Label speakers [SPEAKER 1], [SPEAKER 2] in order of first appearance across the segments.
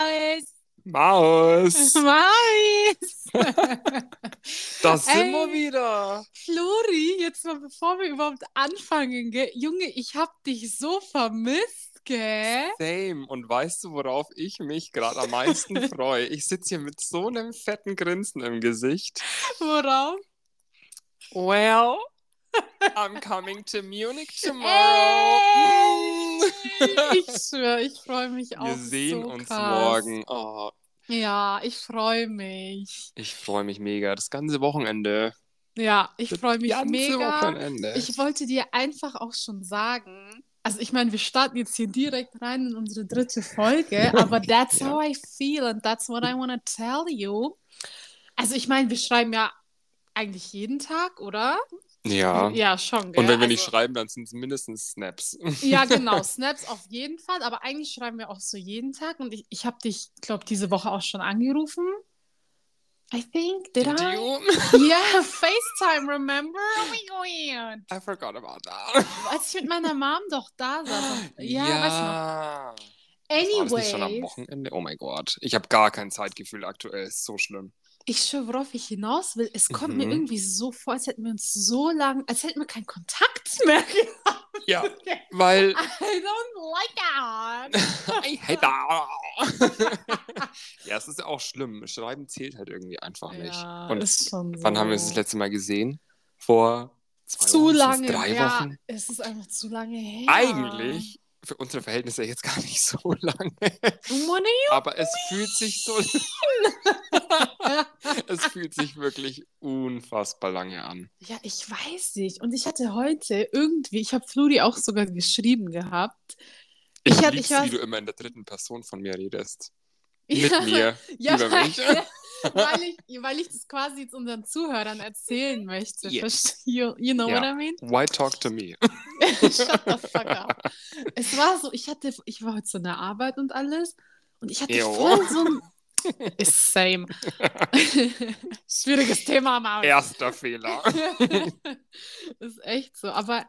[SPEAKER 1] Maus,
[SPEAKER 2] Weiß.
[SPEAKER 1] da sind wir
[SPEAKER 2] Ey.
[SPEAKER 1] wieder.
[SPEAKER 2] Flori, jetzt mal bevor wir überhaupt anfangen, gell? Junge, ich hab dich so vermisst, gell?
[SPEAKER 1] Same. Und weißt du, worauf ich mich gerade am meisten freue? Ich sitze hier mit so einem fetten Grinsen im Gesicht.
[SPEAKER 2] Worauf?
[SPEAKER 1] Well, I'm coming to Munich tomorrow. Mm.
[SPEAKER 2] Ey. Ich schwöre, ich freue mich auch.
[SPEAKER 1] Wir sehen
[SPEAKER 2] so
[SPEAKER 1] uns
[SPEAKER 2] krass.
[SPEAKER 1] morgen. Oh,
[SPEAKER 2] Ja, ich freue mich.
[SPEAKER 1] ich freue mich mega. Das ganze Wochenende.
[SPEAKER 2] Ja, ich
[SPEAKER 1] Das
[SPEAKER 2] freue mich
[SPEAKER 1] ganze
[SPEAKER 2] mega.
[SPEAKER 1] Wochenende.
[SPEAKER 2] Ich wollte dir einfach auch schon sagen, also ich meine, wir starten jetzt hier direkt rein in unsere dritte Folge, aber that's
[SPEAKER 1] Ja.
[SPEAKER 2] how I feel and that's what I want to tell you. Also ich meine, wir schreiben ja eigentlich jeden Tag, oder?
[SPEAKER 1] ja.
[SPEAKER 2] Ja, schon. Gell?
[SPEAKER 1] Und wenn wir nicht
[SPEAKER 2] Also-
[SPEAKER 1] schreiben, dann sind es mindestens Snaps.
[SPEAKER 2] Ja, genau, Snaps auf jeden Fall, aber eigentlich schreiben wir auch so jeden Tag und ich, ich habe dich, glaube diese Woche auch schon angerufen. I think, did I? Yeah, FaceTime, remember? Oh my God.
[SPEAKER 1] I forgot about that.
[SPEAKER 2] Als ich mit meiner Mom doch da saß. Ja, weißt
[SPEAKER 1] weißt
[SPEAKER 2] du.
[SPEAKER 1] du.
[SPEAKER 2] noch.
[SPEAKER 1] War das nicht schon am
[SPEAKER 2] Anyways,
[SPEAKER 1] Wochenende? Oh mein Gott. Ich habe gar kein Zeitgefühl aktuell. Ist so schlimm.
[SPEAKER 2] ich schwöre, worauf ich hinaus will. Es kommt mir
[SPEAKER 1] Mhm.
[SPEAKER 2] irgendwie so vor, als hätten wir uns so lange, als hätten wir keinen Kontakt mehr. gehabt.
[SPEAKER 1] Ja, weil.
[SPEAKER 2] I don't like that.
[SPEAKER 1] I hate that. ja, es ist ja auch schlimm. Schreiben zählt halt irgendwie einfach nicht.
[SPEAKER 2] Ja,
[SPEAKER 1] Und
[SPEAKER 2] ist schon so.
[SPEAKER 1] wann haben wir uns das letzte Mal gesehen? Vor zwei
[SPEAKER 2] Zu
[SPEAKER 1] Wochen? Sind's
[SPEAKER 2] lange.
[SPEAKER 1] Drei
[SPEAKER 2] ja,
[SPEAKER 1] Wochen?
[SPEAKER 2] es ist einfach zu lange her.
[SPEAKER 1] Eigentlich für unsere Verhältnisse jetzt gar nicht so lange.
[SPEAKER 2] Money?
[SPEAKER 1] Aber es fühlt sich so. es fühlt sich wirklich unfassbar lange an.
[SPEAKER 2] Ja, ich weiß nicht. Und ich hatte heute irgendwie, ich habe Fludi auch sogar geschrieben gehabt.
[SPEAKER 1] Ich,
[SPEAKER 2] Ich hab-
[SPEAKER 1] lieb's,
[SPEAKER 2] ich war-
[SPEAKER 1] wie du immer in der dritten Person von mir redest. Mit mir.
[SPEAKER 2] Ja,
[SPEAKER 1] über
[SPEAKER 2] weil,
[SPEAKER 1] mich.
[SPEAKER 2] weil, ich, weil ich das quasi jetzt unseren Zuhörern erzählen möchte.
[SPEAKER 1] Yes.
[SPEAKER 2] Verste- You, you know
[SPEAKER 1] Ja.
[SPEAKER 2] what I mean?
[SPEAKER 1] Why talk to me?
[SPEAKER 2] Shut the fuck up. Es war so, ich hatte, ich war heute so in der Arbeit und alles und ich hatte
[SPEAKER 1] Jo.
[SPEAKER 2] voll so ein... Ist same. Schwieriges Thema, Mama.
[SPEAKER 1] Erster Fehler.
[SPEAKER 2] ist echt so. Aber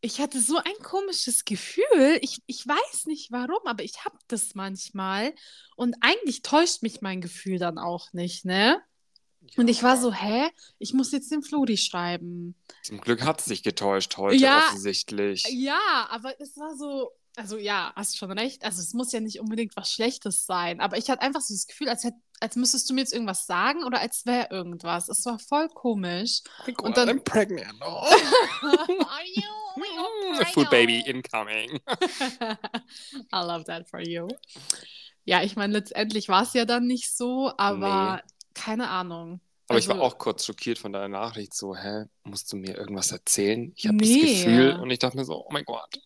[SPEAKER 2] ich hatte so ein komisches Gefühl. Ich, ich weiß nicht warum, aber ich habe das manchmal. Und eigentlich täuscht mich mein Gefühl dann auch nicht, ne? Und ich war so, hä? Ich muss jetzt den Flori schreiben.
[SPEAKER 1] Zum Glück hat es dich getäuscht heute
[SPEAKER 2] Ja.
[SPEAKER 1] offensichtlich.
[SPEAKER 2] Ja, aber es war so. Also ja, hast schon recht. Also es muss ja nicht unbedingt was Schlechtes sein. Aber ich hatte einfach so das Gefühl, als, hätt, als müsstest du mir jetzt irgendwas sagen oder als wäre irgendwas. Es war voll komisch.
[SPEAKER 1] Und
[SPEAKER 2] dann-
[SPEAKER 1] dann I'm pregnant. Oh.
[SPEAKER 2] Are you?
[SPEAKER 1] Food Baby incoming.
[SPEAKER 2] I love that for you. Ja, ich meine, letztendlich war es ja dann nicht so, aber keine Ahnung.
[SPEAKER 1] Aber ich war
[SPEAKER 2] Also-
[SPEAKER 1] auch kurz schockiert von deiner Nachricht. So, hä, musst du mir irgendwas erzählen? Ich habe
[SPEAKER 2] Nee.
[SPEAKER 1] das Gefühl und ich dachte mir so, oh mein Gott.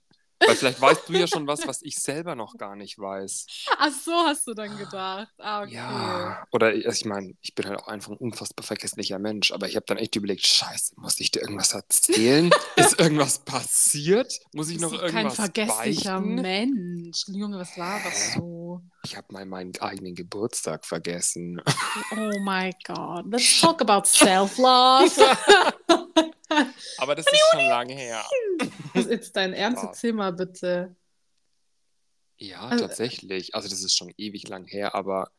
[SPEAKER 1] Weil vielleicht weißt du ja schon was, was ich selber noch gar nicht weiß.
[SPEAKER 2] Ach so, hast du dann gedacht. Ah, okay.
[SPEAKER 1] Ja, oder ich, ich meine, ich bin halt auch einfach ein unfassbar vergesslicher Mensch, aber ich habe dann echt überlegt, scheiße, muss ich dir irgendwas erzählen? Ist irgendwas passiert? Muss ich
[SPEAKER 2] Bist
[SPEAKER 1] noch
[SPEAKER 2] doch kein
[SPEAKER 1] irgendwas
[SPEAKER 2] vergesslicher
[SPEAKER 1] beichten?
[SPEAKER 2] Mensch. Junge, was laberst du?
[SPEAKER 1] Ich habe mal meinen eigenen Geburtstag vergessen.
[SPEAKER 2] Oh my God. Let's talk about self-love.
[SPEAKER 1] Aber das ist schon lange her.
[SPEAKER 2] Das ist dein Ernst,
[SPEAKER 1] Spaß.
[SPEAKER 2] erzähl mal bitte.
[SPEAKER 1] Ja,
[SPEAKER 2] Also-
[SPEAKER 1] tatsächlich. Also das ist schon ewig lang her, aber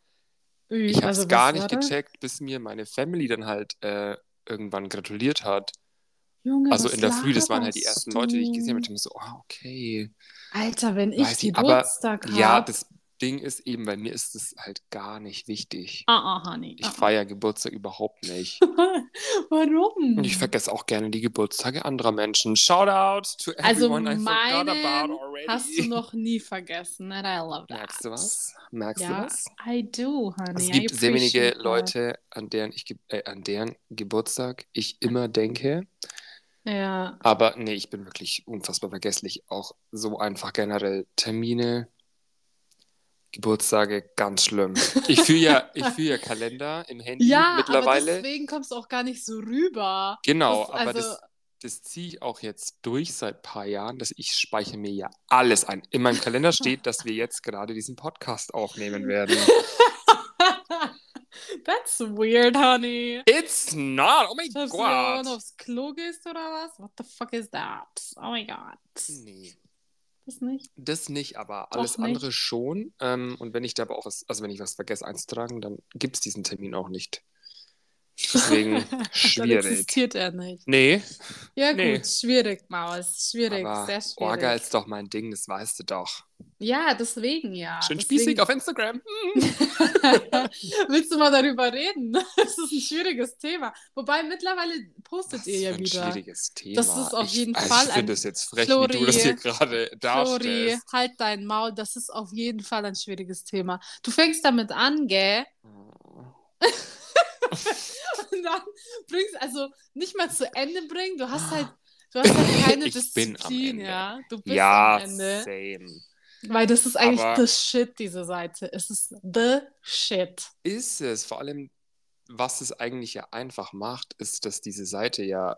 [SPEAKER 2] Ü,
[SPEAKER 1] ich habe es
[SPEAKER 2] also,
[SPEAKER 1] gar
[SPEAKER 2] was
[SPEAKER 1] nicht
[SPEAKER 2] war das?
[SPEAKER 1] gecheckt, bis mir meine Family dann halt äh, irgendwann gratuliert hat.
[SPEAKER 2] Junge,
[SPEAKER 1] also
[SPEAKER 2] Hm, was
[SPEAKER 1] in der Früh, das waren halt die
[SPEAKER 2] laberst
[SPEAKER 1] ersten Leute, die ich gesehen habe.
[SPEAKER 2] du?
[SPEAKER 1] Ich dachte mir so, ah, okay.
[SPEAKER 2] Alter, wenn ich
[SPEAKER 1] Weiß ich, aber-
[SPEAKER 2] Geburtstag habe.
[SPEAKER 1] Ja, das Ding ist eben, bei mir ist es halt gar nicht wichtig.
[SPEAKER 2] Ah, ah, Honey.
[SPEAKER 1] Ich
[SPEAKER 2] ah, ah.
[SPEAKER 1] feiere Geburtstag überhaupt nicht.
[SPEAKER 2] Warum?
[SPEAKER 1] Und ich vergesse auch gerne die Geburtstage anderer Menschen. Shout out to
[SPEAKER 2] Also
[SPEAKER 1] everyone I forgot
[SPEAKER 2] meinen
[SPEAKER 1] about already.
[SPEAKER 2] Hast du noch nie vergessen? And I love that.
[SPEAKER 1] Merkst du was? Merkst du
[SPEAKER 2] Ja,
[SPEAKER 1] was?
[SPEAKER 2] I do, honey.
[SPEAKER 1] Es
[SPEAKER 2] I
[SPEAKER 1] gibt sehr wenige
[SPEAKER 2] appreciate that.
[SPEAKER 1] Leute, an deren, ich, ge- äh, an deren Geburtstag ich immer denke.
[SPEAKER 2] Ja.
[SPEAKER 1] Aber nee, ich bin wirklich unfassbar vergesslich. Auch so einfach generell Termine, Geburtstage, ganz schlimm. Ich führe ja, ich führe ja Kalender im Handy
[SPEAKER 2] Ja, aber
[SPEAKER 1] mittlerweile.
[SPEAKER 2] deswegen kommst du auch gar nicht so rüber.
[SPEAKER 1] Genau,
[SPEAKER 2] Das-
[SPEAKER 1] aber
[SPEAKER 2] also-
[SPEAKER 1] das, das ziehe ich auch jetzt durch seit ein paar Jahren, dass ich speichere mir ja alles ein. In meinem Kalender steht, dass wir jetzt gerade diesen Podcast aufnehmen werden.
[SPEAKER 2] That's weird, honey.
[SPEAKER 1] It's not! Oh mein
[SPEAKER 2] Dass du dann
[SPEAKER 1] Gott! Hm.
[SPEAKER 2] aufs Klo gehst oder was? What the fuck is that? Oh my god.
[SPEAKER 1] Nee.
[SPEAKER 2] Das nicht?
[SPEAKER 1] Das nicht, aber
[SPEAKER 2] Doch
[SPEAKER 1] alles
[SPEAKER 2] nicht.
[SPEAKER 1] andere schon. Ähm, und wenn ich da aber auch was, also wenn ich was vergesse einzutragen, dann gibt es diesen Termin auch nicht. Deswegen
[SPEAKER 2] Dann
[SPEAKER 1] schwierig.
[SPEAKER 2] existiert er nicht.
[SPEAKER 1] Nee,
[SPEAKER 2] Ja,
[SPEAKER 1] Nee.
[SPEAKER 2] gut, schwierig, Maus. Schwierig,
[SPEAKER 1] aber
[SPEAKER 2] sehr schwierig.
[SPEAKER 1] Orga ist doch mein Ding, das weißt du doch.
[SPEAKER 2] Ja, deswegen ja.
[SPEAKER 1] Schön
[SPEAKER 2] Ah, deswegen.
[SPEAKER 1] spießig auf Instagram.
[SPEAKER 2] Willst du mal darüber reden? Das ist ein schwieriges Thema. Wobei mittlerweile postet
[SPEAKER 1] Das
[SPEAKER 2] ihr
[SPEAKER 1] ist
[SPEAKER 2] ja
[SPEAKER 1] ein
[SPEAKER 2] wieder.
[SPEAKER 1] schwieriges Thema.
[SPEAKER 2] Das ist auf
[SPEAKER 1] ich,
[SPEAKER 2] jeden
[SPEAKER 1] also
[SPEAKER 2] Fall
[SPEAKER 1] Ich
[SPEAKER 2] ein-
[SPEAKER 1] finde es jetzt frech, wie
[SPEAKER 2] Flori,
[SPEAKER 1] du das hier gerade
[SPEAKER 2] Flori,
[SPEAKER 1] darstellst.
[SPEAKER 2] halt dein Maul. Das ist auf jeden Fall ein schwieriges Thema. Du fängst damit an, gell? Und dann bringst also nicht mal zu Ende bringen. Du hast halt, du hast halt keine
[SPEAKER 1] Ich bin am
[SPEAKER 2] Disziplin,
[SPEAKER 1] Ende.
[SPEAKER 2] ja. Du bist
[SPEAKER 1] Ja,
[SPEAKER 2] am Ende.
[SPEAKER 1] same.
[SPEAKER 2] Weil das ist eigentlich
[SPEAKER 1] Aber-
[SPEAKER 2] the shit, diese Seite. Es ist the shit.
[SPEAKER 1] Ist es. Vor allem, was es eigentlich ja einfach macht, ist, dass diese Seite ja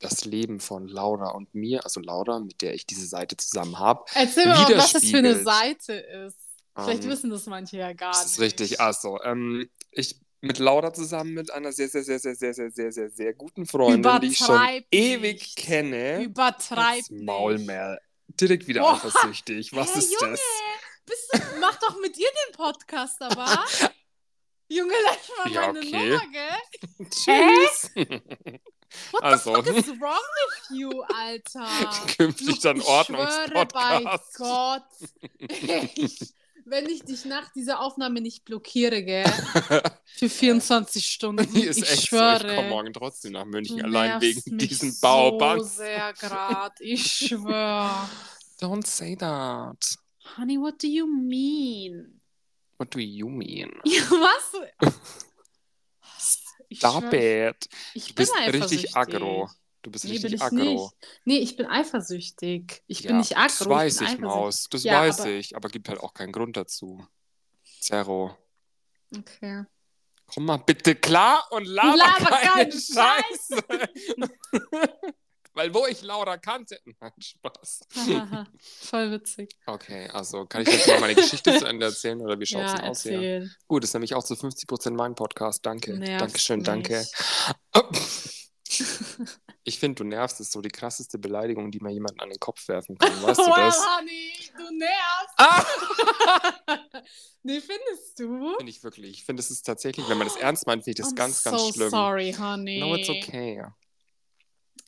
[SPEAKER 1] das Leben von Laura und mir, also Laura, mit der ich diese Seite zusammen habe.
[SPEAKER 2] Erzähl mir mal, was das für eine
[SPEAKER 1] widerspiegelt.
[SPEAKER 2] Seite ist. Vielleicht
[SPEAKER 1] Ähm,
[SPEAKER 2] wissen das manche ja gar
[SPEAKER 1] Das
[SPEAKER 2] nicht.
[SPEAKER 1] ist richtig. Also, ähm, ich mit Laura zusammen, mit einer sehr, sehr, sehr, sehr, sehr, sehr, sehr, sehr, sehr guten Freundin, die ich schon
[SPEAKER 2] Übertreib
[SPEAKER 1] ewig
[SPEAKER 2] nicht.
[SPEAKER 1] kenne.
[SPEAKER 2] Übertreib
[SPEAKER 1] Halt's
[SPEAKER 2] nicht.
[SPEAKER 1] Maul mehr. Direkt wieder
[SPEAKER 2] Boah.
[SPEAKER 1] eifersüchtig. Was
[SPEAKER 2] Hey,
[SPEAKER 1] ist
[SPEAKER 2] Junge,
[SPEAKER 1] das?
[SPEAKER 2] Bist du, mach doch mit ihr den Podcast, aber. Junge, lass mal
[SPEAKER 1] Ja,
[SPEAKER 2] meine
[SPEAKER 1] okay.
[SPEAKER 2] Nummer, gell?
[SPEAKER 1] Tschüss.
[SPEAKER 2] What
[SPEAKER 1] Also.
[SPEAKER 2] the fuck is wrong with you, Alter?
[SPEAKER 1] Künftig dann
[SPEAKER 2] ich schwöre bei
[SPEAKER 1] Ordnungspodcast.
[SPEAKER 2] Gott. Ich, wenn ich dich nach dieser Aufnahme nicht blockiere, gell? Für 24 Stunden.
[SPEAKER 1] Hier ist
[SPEAKER 2] ich
[SPEAKER 1] echt
[SPEAKER 2] schwöre.
[SPEAKER 1] so. Ich komme morgen trotzdem nach
[SPEAKER 2] Du
[SPEAKER 1] München, allein
[SPEAKER 2] nervst
[SPEAKER 1] wegen
[SPEAKER 2] mich
[SPEAKER 1] diesen
[SPEAKER 2] So
[SPEAKER 1] Baobabs.
[SPEAKER 2] sehr grad, ich schwör.
[SPEAKER 1] Don't say that.
[SPEAKER 2] Honey, what do you mean?
[SPEAKER 1] What do you mean?
[SPEAKER 2] Ja, was? Ich
[SPEAKER 1] Stop
[SPEAKER 2] schwör,
[SPEAKER 1] it.
[SPEAKER 2] ich
[SPEAKER 1] Du bist
[SPEAKER 2] bin eifersüchtig.
[SPEAKER 1] richtig aggro. Du bist
[SPEAKER 2] Nee,
[SPEAKER 1] richtig
[SPEAKER 2] bin ich
[SPEAKER 1] aggro.
[SPEAKER 2] nicht. Nee, ich bin eifersüchtig. Ich
[SPEAKER 1] Ja,
[SPEAKER 2] bin nicht aggro.
[SPEAKER 1] Das weiß
[SPEAKER 2] bin
[SPEAKER 1] ich,
[SPEAKER 2] eifersüchtig.
[SPEAKER 1] Maus. Das
[SPEAKER 2] Ja,
[SPEAKER 1] weiß
[SPEAKER 2] aber-
[SPEAKER 1] ich. Aber gibt halt auch keinen Grund dazu. Zero.
[SPEAKER 2] Okay.
[SPEAKER 1] Komm mal bitte klar und laber,
[SPEAKER 2] Laber
[SPEAKER 1] keine
[SPEAKER 2] keinen
[SPEAKER 1] Scheiße. Weil wo ich Laura kannte. Nein, Spaß.
[SPEAKER 2] Hahaha. Voll witzig.
[SPEAKER 1] Okay, also kann ich jetzt mal meine Geschichte zu Ende erzählen oder wie schaut es
[SPEAKER 2] ja,
[SPEAKER 1] denn aus hier?
[SPEAKER 2] erzähl.
[SPEAKER 1] Gut, ist nämlich auch zu 50% mein Podcast. Danke.
[SPEAKER 2] Nervst
[SPEAKER 1] Dankeschön,
[SPEAKER 2] mich.
[SPEAKER 1] danke. Oh. Ich finde, du nervst ist so die krasseste Beleidigung, die man jemanden an den Kopf werfen kann. Weißt du
[SPEAKER 2] wow,
[SPEAKER 1] das?
[SPEAKER 2] Honey, du nervst.
[SPEAKER 1] Ah!
[SPEAKER 2] nee, findest du?
[SPEAKER 1] Finde ich wirklich. Ich finde, es ist tatsächlich, wenn man das ernst meint, finde ich das ganz, ganz
[SPEAKER 2] so
[SPEAKER 1] schlimm.
[SPEAKER 2] sorry, honey.
[SPEAKER 1] No, it's okay.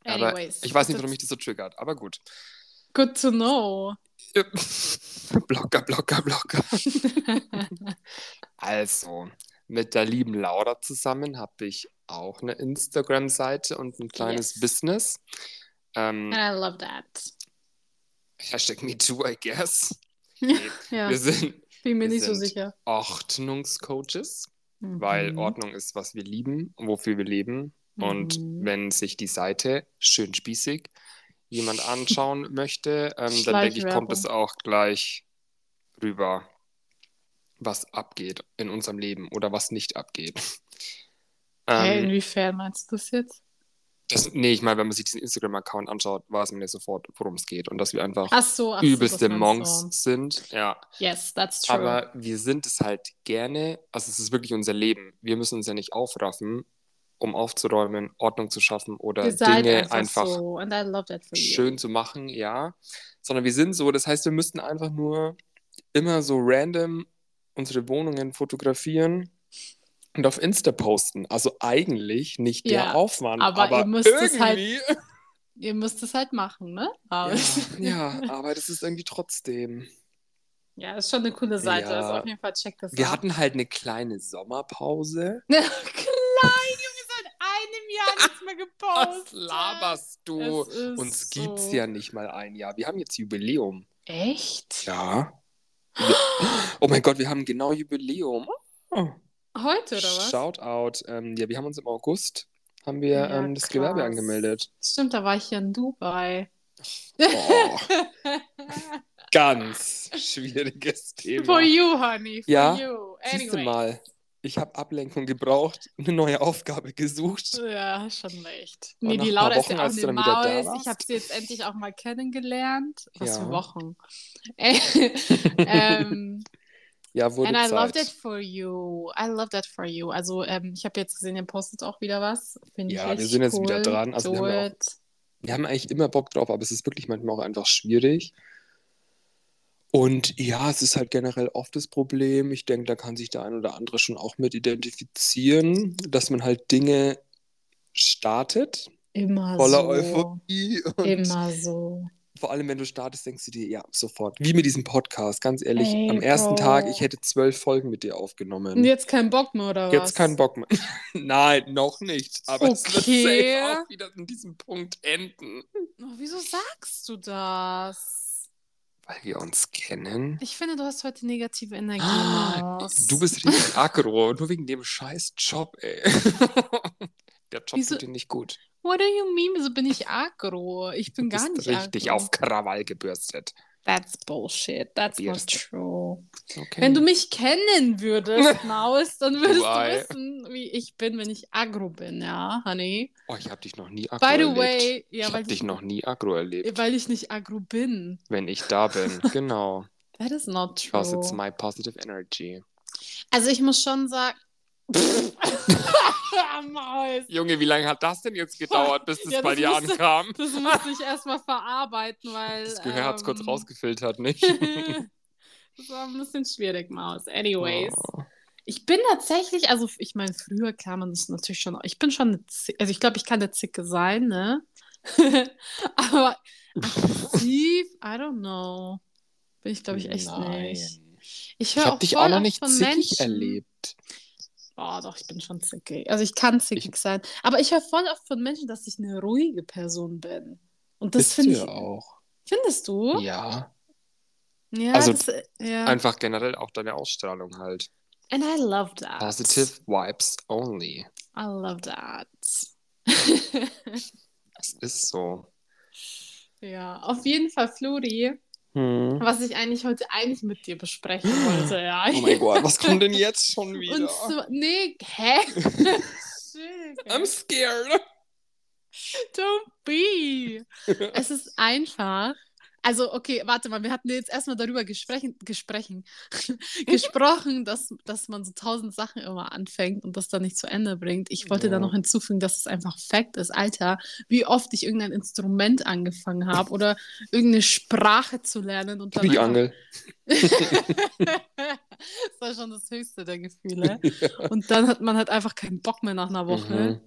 [SPEAKER 1] Aber
[SPEAKER 2] Anyways,
[SPEAKER 1] Ich weiß nicht,
[SPEAKER 2] that's
[SPEAKER 1] warum mich das so triggert, aber gut.
[SPEAKER 2] Good to know.
[SPEAKER 1] Blocker, Blocker, Blocker. Also, mit der lieben Laura zusammen habe ich auch eine Instagram-Seite und ein kleines
[SPEAKER 2] Yes. Äh.
[SPEAKER 1] Business. Ähm,
[SPEAKER 2] And I love that.
[SPEAKER 1] Hashtag MeToo, I guess.
[SPEAKER 2] Ja,
[SPEAKER 1] Wir sind
[SPEAKER 2] bin mir
[SPEAKER 1] wir
[SPEAKER 2] nicht so
[SPEAKER 1] sind-
[SPEAKER 2] sicher.
[SPEAKER 1] Ordnungscoaches, weil
[SPEAKER 2] Mhm.
[SPEAKER 1] Ordnung ist, was wir lieben, wofür wir leben. Und
[SPEAKER 2] Mhm.
[SPEAKER 1] wenn sich die Seite schön spießig jemand anschauen möchte, ähm, dann denke ich,
[SPEAKER 2] Schleichwerbung.
[SPEAKER 1] kommt es auch gleich rüber, was abgeht in unserem Leben oder was nicht abgeht.
[SPEAKER 2] Hä,
[SPEAKER 1] Ähm,
[SPEAKER 2] inwiefern meinst du das jetzt?
[SPEAKER 1] das, nee, ich meine, wenn man sich diesen Instagram-Account anschaut, weiß man ja sofort, worum es geht und dass wir einfach
[SPEAKER 2] Ach so, ach so,
[SPEAKER 1] übelste
[SPEAKER 2] das meinst
[SPEAKER 1] Monks
[SPEAKER 2] du.
[SPEAKER 1] sind. Ja.
[SPEAKER 2] Yes, that's true.
[SPEAKER 1] Aber wir sind es halt gerne, also es ist wirklich unser Leben. Wir müssen uns ja nicht aufraffen, um aufzuräumen, Ordnung zu schaffen oder
[SPEAKER 2] Ihr seid
[SPEAKER 1] Dinge einfach,
[SPEAKER 2] so. And I love that for you.
[SPEAKER 1] schön zu machen, ja. Sondern wir sind so, das heißt, wir müssten einfach nur immer so random unsere Wohnungen fotografieren und auf Insta posten. Also eigentlich nicht
[SPEAKER 2] Ja,
[SPEAKER 1] der Aufwand,
[SPEAKER 2] aber
[SPEAKER 1] aber,
[SPEAKER 2] ihr müsst es halt-
[SPEAKER 1] irgendwie.
[SPEAKER 2] Ihr müsst es halt machen, ne? Aber-
[SPEAKER 1] ja, ja, aber das ist irgendwie trotzdem.
[SPEAKER 2] ja, ist schon eine coole Seite.
[SPEAKER 1] Ja.
[SPEAKER 2] Also auf jeden Fall check das
[SPEAKER 1] Wir
[SPEAKER 2] out.
[SPEAKER 1] hatten halt eine kleine Sommerpause.
[SPEAKER 2] Klein, Junge, seit einem Jahr nichts mehr gepostet.
[SPEAKER 1] Was laberst du?
[SPEAKER 2] Oh, Es ist
[SPEAKER 1] Uns
[SPEAKER 2] so.
[SPEAKER 1] gibt's ja nicht mal ein Jahr. Wir haben jetzt Jubiläum.
[SPEAKER 2] Echt?
[SPEAKER 1] Ja. oh mein Gott, wir haben genau Jubiläum. Oh.
[SPEAKER 2] Heute oder was?
[SPEAKER 1] Shoutout. Ähm, ja, wir haben uns im August haben wir
[SPEAKER 2] Ja,
[SPEAKER 1] ähm, das
[SPEAKER 2] krass.
[SPEAKER 1] Gewerbe angemeldet.
[SPEAKER 2] Stimmt, da war ich ja in Dubai.
[SPEAKER 1] Oh, ganz schwieriges
[SPEAKER 2] For
[SPEAKER 1] Thema.
[SPEAKER 2] you, honey. For
[SPEAKER 1] Ja,
[SPEAKER 2] you.
[SPEAKER 1] Siehst du
[SPEAKER 2] Anyway.
[SPEAKER 1] mal, ich habe Ablenkung gebraucht, eine neue Aufgabe gesucht.
[SPEAKER 2] Ja, schon recht.
[SPEAKER 1] Und
[SPEAKER 2] Nee,
[SPEAKER 1] nach
[SPEAKER 2] die
[SPEAKER 1] ein
[SPEAKER 2] Laura
[SPEAKER 1] paar
[SPEAKER 2] ist ja
[SPEAKER 1] Wochen,
[SPEAKER 2] auch
[SPEAKER 1] als du
[SPEAKER 2] eine
[SPEAKER 1] dann wieder da
[SPEAKER 2] Maus. Ich
[SPEAKER 1] warst.
[SPEAKER 2] habe sie jetzt endlich auch mal kennengelernt. Was
[SPEAKER 1] Ja.
[SPEAKER 2] für Wochen. Ä- ähm,
[SPEAKER 1] Ja, wurde
[SPEAKER 2] and I love that
[SPEAKER 1] Zeit.
[SPEAKER 2] for you. I love that for you. Also, ähm, ich habe jetzt gesehen, ihr postet auch wieder was. Finde ich
[SPEAKER 1] Ja, wir
[SPEAKER 2] richtig
[SPEAKER 1] sind jetzt
[SPEAKER 2] cool.
[SPEAKER 1] wieder dran. Also,
[SPEAKER 2] Do
[SPEAKER 1] wir haben ja
[SPEAKER 2] it.
[SPEAKER 1] Wir haben eigentlich immer Bock drauf, aber es ist wirklich manchmal auch einfach schwierig. Und ja, es ist halt generell oft das Problem. Ich denke, da kann sich der ein oder andere schon auch mit identifizieren, dass man halt Dinge startet,
[SPEAKER 2] Immer
[SPEAKER 1] voller
[SPEAKER 2] so.
[SPEAKER 1] Euphorie. Und
[SPEAKER 2] Immer so.
[SPEAKER 1] vor allem, wenn du startest, denkst du dir, ja, sofort. Wie mit diesem Podcast, ganz ehrlich.
[SPEAKER 2] Ey,
[SPEAKER 1] am ersten
[SPEAKER 2] Bro.
[SPEAKER 1] Tag, ich hätte zwölf Folgen mit dir aufgenommen.
[SPEAKER 2] Und jetzt kein Bock mehr, oder was?
[SPEAKER 1] Jetzt keinen Bock mehr. Nein, noch nicht. Aber es wird
[SPEAKER 2] Okay.
[SPEAKER 1] safe auch wieder an diesem Punkt enden.
[SPEAKER 2] Oh, wieso sagst du das?
[SPEAKER 1] Weil wir uns kennen.
[SPEAKER 2] Ich finde, du hast heute negative Energie. Lars.
[SPEAKER 1] Ah, Du bist richtig aggro, nur wegen dem scheiß Job, ey. Der Job
[SPEAKER 2] Wieso-
[SPEAKER 1] tut dir nicht gut.
[SPEAKER 2] What do you mean? Wieso bin ich aggro? Ich bin
[SPEAKER 1] Du
[SPEAKER 2] gar
[SPEAKER 1] bist
[SPEAKER 2] nicht
[SPEAKER 1] richtig
[SPEAKER 2] aggro.
[SPEAKER 1] auf Krawall gebürstet.
[SPEAKER 2] That's bullshit. That's not
[SPEAKER 1] Probier's.
[SPEAKER 2] true.
[SPEAKER 1] Mhm. Okay.
[SPEAKER 2] Wenn du mich kennen würdest, Maus, dann würdest
[SPEAKER 1] Why?
[SPEAKER 2] du wissen, wie ich bin, wenn ich aggro bin, ja, Honey?
[SPEAKER 1] oh, ich habe dich noch nie aggro
[SPEAKER 2] By the
[SPEAKER 1] erlebt.
[SPEAKER 2] way, ja,
[SPEAKER 1] ich
[SPEAKER 2] weil, äh,
[SPEAKER 1] habe dich noch nie aggro erlebt,
[SPEAKER 2] weil ich nicht aggro bin.
[SPEAKER 1] wenn ich da bin. Genau.
[SPEAKER 2] That is not true.
[SPEAKER 1] Because it's my positive energy.
[SPEAKER 2] Also ich muss schon sagen. Maus.
[SPEAKER 1] Junge, wie lange hat das denn jetzt gedauert, bis das
[SPEAKER 2] Ja,
[SPEAKER 1] bei
[SPEAKER 2] das
[SPEAKER 1] dir
[SPEAKER 2] musste-
[SPEAKER 1] ankam?
[SPEAKER 2] Das muss ich erstmal verarbeiten, weil.
[SPEAKER 1] Das Gehör hat's kurz
[SPEAKER 2] ähm,
[SPEAKER 1] rausgefiltert, nicht?
[SPEAKER 2] das war ein bisschen schwierig, Maus. Anyways.
[SPEAKER 1] Oh.
[SPEAKER 2] Ich bin tatsächlich, also ich meine, früher kann man das natürlich schon, ich bin schon, eine Zicke, also ich glaube, ich kann eine Zicke sein, ne? Aber aggressiv, I don't know. Bin ich, glaube ich, echt
[SPEAKER 1] Nein.
[SPEAKER 2] nicht.
[SPEAKER 1] Ich,
[SPEAKER 2] Ich höre
[SPEAKER 1] habe
[SPEAKER 2] auch
[SPEAKER 1] dich
[SPEAKER 2] voll
[SPEAKER 1] auch noch
[SPEAKER 2] oft
[SPEAKER 1] nicht
[SPEAKER 2] von
[SPEAKER 1] zickig
[SPEAKER 2] Menschen,
[SPEAKER 1] erlebt.
[SPEAKER 2] Oh, doch, ich bin schon zickig. Also ich kann zickig sein. Aber ich höre voll oft von Menschen, dass ich eine ruhige Person bin. Und das
[SPEAKER 1] Bist du
[SPEAKER 2] finde ich.
[SPEAKER 1] ja auch.
[SPEAKER 2] Findest du?
[SPEAKER 1] Ja.
[SPEAKER 2] Ja,
[SPEAKER 1] Also,
[SPEAKER 2] das, ja.
[SPEAKER 1] Einfach generell auch deine Ausstrahlung halt.
[SPEAKER 2] And I love that.
[SPEAKER 1] Positive Vibes only.
[SPEAKER 2] I love that.
[SPEAKER 1] Das ist so.
[SPEAKER 2] ja, auf jeden Fall, Flori,
[SPEAKER 1] Hm.
[SPEAKER 2] was ich eigentlich heute eigentlich mit dir besprechen wollte, ja.
[SPEAKER 1] Oh mein Gott, was kommt denn jetzt schon wieder?
[SPEAKER 2] Und so, nee, hä? Entschuldigung.
[SPEAKER 1] I'm scared.
[SPEAKER 2] Don't be. Es ist einfach. Also, okay, warte mal, wir hatten jetzt erstmal darüber gesprechen, gesprechen, gesprochen, dass, dass man so tausend Sachen immer anfängt und das dann nicht zu Ende bringt. Ich wollte da
[SPEAKER 1] Ja.
[SPEAKER 2] noch hinzufügen, dass es einfach Fact ist. Alter, wie oft ich irgendein Instrument angefangen habe oder irgendeine Sprache zu lernen und dann.
[SPEAKER 1] Die
[SPEAKER 2] einfach-
[SPEAKER 1] Angel.
[SPEAKER 2] das war schon das höchste der Gefühle. Und dann hat man halt einfach keinen Bock mehr nach einer Woche.
[SPEAKER 1] Mhm.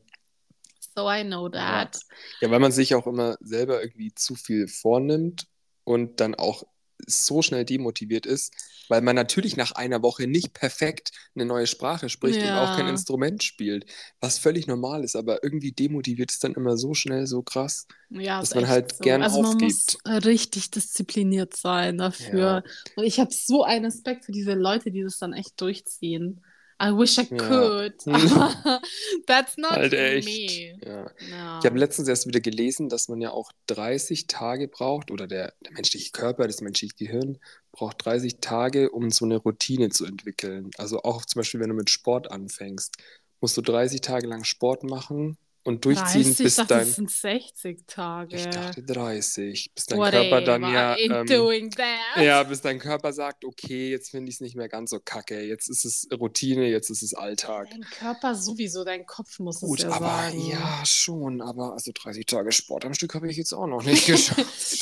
[SPEAKER 2] So I know
[SPEAKER 1] Ja.
[SPEAKER 2] that.
[SPEAKER 1] Ja, weil man sich auch immer selber irgendwie zu viel vornimmt und dann auch so schnell demotiviert ist, weil man natürlich nach einer Woche nicht perfekt eine neue Sprache spricht und
[SPEAKER 2] Ja.
[SPEAKER 1] auch kein Instrument spielt, was völlig normal ist, aber irgendwie demotiviert es dann immer so schnell, so krass.
[SPEAKER 2] Ja,
[SPEAKER 1] dass
[SPEAKER 2] ist
[SPEAKER 1] man
[SPEAKER 2] echt
[SPEAKER 1] halt gern
[SPEAKER 2] also man
[SPEAKER 1] aufgibt.
[SPEAKER 2] muss richtig diszipliniert sein dafür. Und ich habe so einen Respekt für diese Leute, die das dann echt durchziehen. I wish I
[SPEAKER 1] Ja. Hm.
[SPEAKER 2] could. Aber That's not
[SPEAKER 1] Halt
[SPEAKER 2] me.
[SPEAKER 1] echt. Ja.
[SPEAKER 2] Ja.
[SPEAKER 1] Ich habe letztens erst wieder gelesen, dass man ja auch 30 Tage braucht oder der, der menschliche Körper, das menschliche Gehirn braucht 30 Tage, um so eine Routine zu entwickeln. Also auch zum Beispiel, wenn du mit Sport anfängst, musst du 30 Tage lang Sport machen und durchziehen,
[SPEAKER 2] 30,
[SPEAKER 1] bis
[SPEAKER 2] ich dachte,
[SPEAKER 1] dein.
[SPEAKER 2] das sind 60 Tage.
[SPEAKER 1] Ich dachte 30, bis dein
[SPEAKER 2] Whatever,
[SPEAKER 1] Körper dann ja.
[SPEAKER 2] I ain't
[SPEAKER 1] Ähm,
[SPEAKER 2] doing that.
[SPEAKER 1] ja, bis dein Körper sagt, okay, jetzt finde ich es nicht mehr ganz so kacke, jetzt ist es Routine, jetzt ist es Alltag.
[SPEAKER 2] Dein Körper sowieso, dein Kopf muss
[SPEAKER 1] Gut,
[SPEAKER 2] es ja
[SPEAKER 1] aber
[SPEAKER 2] sagen.
[SPEAKER 1] ja, schon, aber also 30 Tage Sport am Stück habe ich jetzt auch noch nicht geschafft.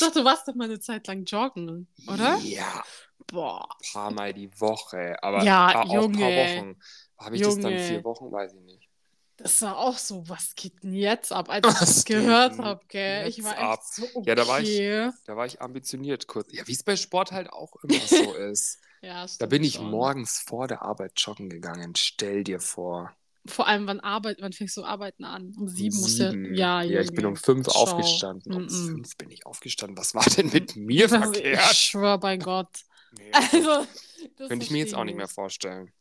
[SPEAKER 2] Doch, du warst doch mal eine Zeit lang joggen, oder?
[SPEAKER 1] Ja,
[SPEAKER 2] Boah.
[SPEAKER 1] ein paar Mal die Woche, aber
[SPEAKER 2] Ja,
[SPEAKER 1] paar, auch ein paar
[SPEAKER 2] Junge.
[SPEAKER 1] Wochen. Habe ich das dann
[SPEAKER 2] Junge.
[SPEAKER 1] vier Wochen? Weiß ich nicht.
[SPEAKER 2] Das war auch so, was geht denn jetzt ab, als ich
[SPEAKER 1] Was
[SPEAKER 2] das
[SPEAKER 1] geht
[SPEAKER 2] gehört
[SPEAKER 1] denn
[SPEAKER 2] habe, gell? Äh, Ich
[SPEAKER 1] jetzt
[SPEAKER 2] war
[SPEAKER 1] ab?
[SPEAKER 2] echt so okay.
[SPEAKER 1] Ja, da war ich- Da war ich ambitioniert kurz. Ja, wie es bei Sport halt auch immer so ist.
[SPEAKER 2] Ja,
[SPEAKER 1] Da
[SPEAKER 2] stimmt
[SPEAKER 1] bin ich
[SPEAKER 2] schon.
[SPEAKER 1] morgens vor der Arbeit joggen gegangen. Stell dir vor.
[SPEAKER 2] Vor allem, wann arbeit, wann fängst du arbeiten an? Um sieben musst du.
[SPEAKER 1] Sieben.
[SPEAKER 2] Ja,
[SPEAKER 1] ja, ich
[SPEAKER 2] Junge.
[SPEAKER 1] bin um fünf
[SPEAKER 2] Schau.
[SPEAKER 1] aufgestanden. Um
[SPEAKER 2] Mm-mm.
[SPEAKER 1] fünf bin ich aufgestanden. Was war denn mit mir
[SPEAKER 2] Also, Ich
[SPEAKER 1] verkehrt?
[SPEAKER 2] schwör bei Gott.
[SPEAKER 1] Nee,
[SPEAKER 2] Also, das
[SPEAKER 1] könnte ich mir jetzt
[SPEAKER 2] verstehe
[SPEAKER 1] auch nicht mehr
[SPEAKER 2] ich.
[SPEAKER 1] vorstellen.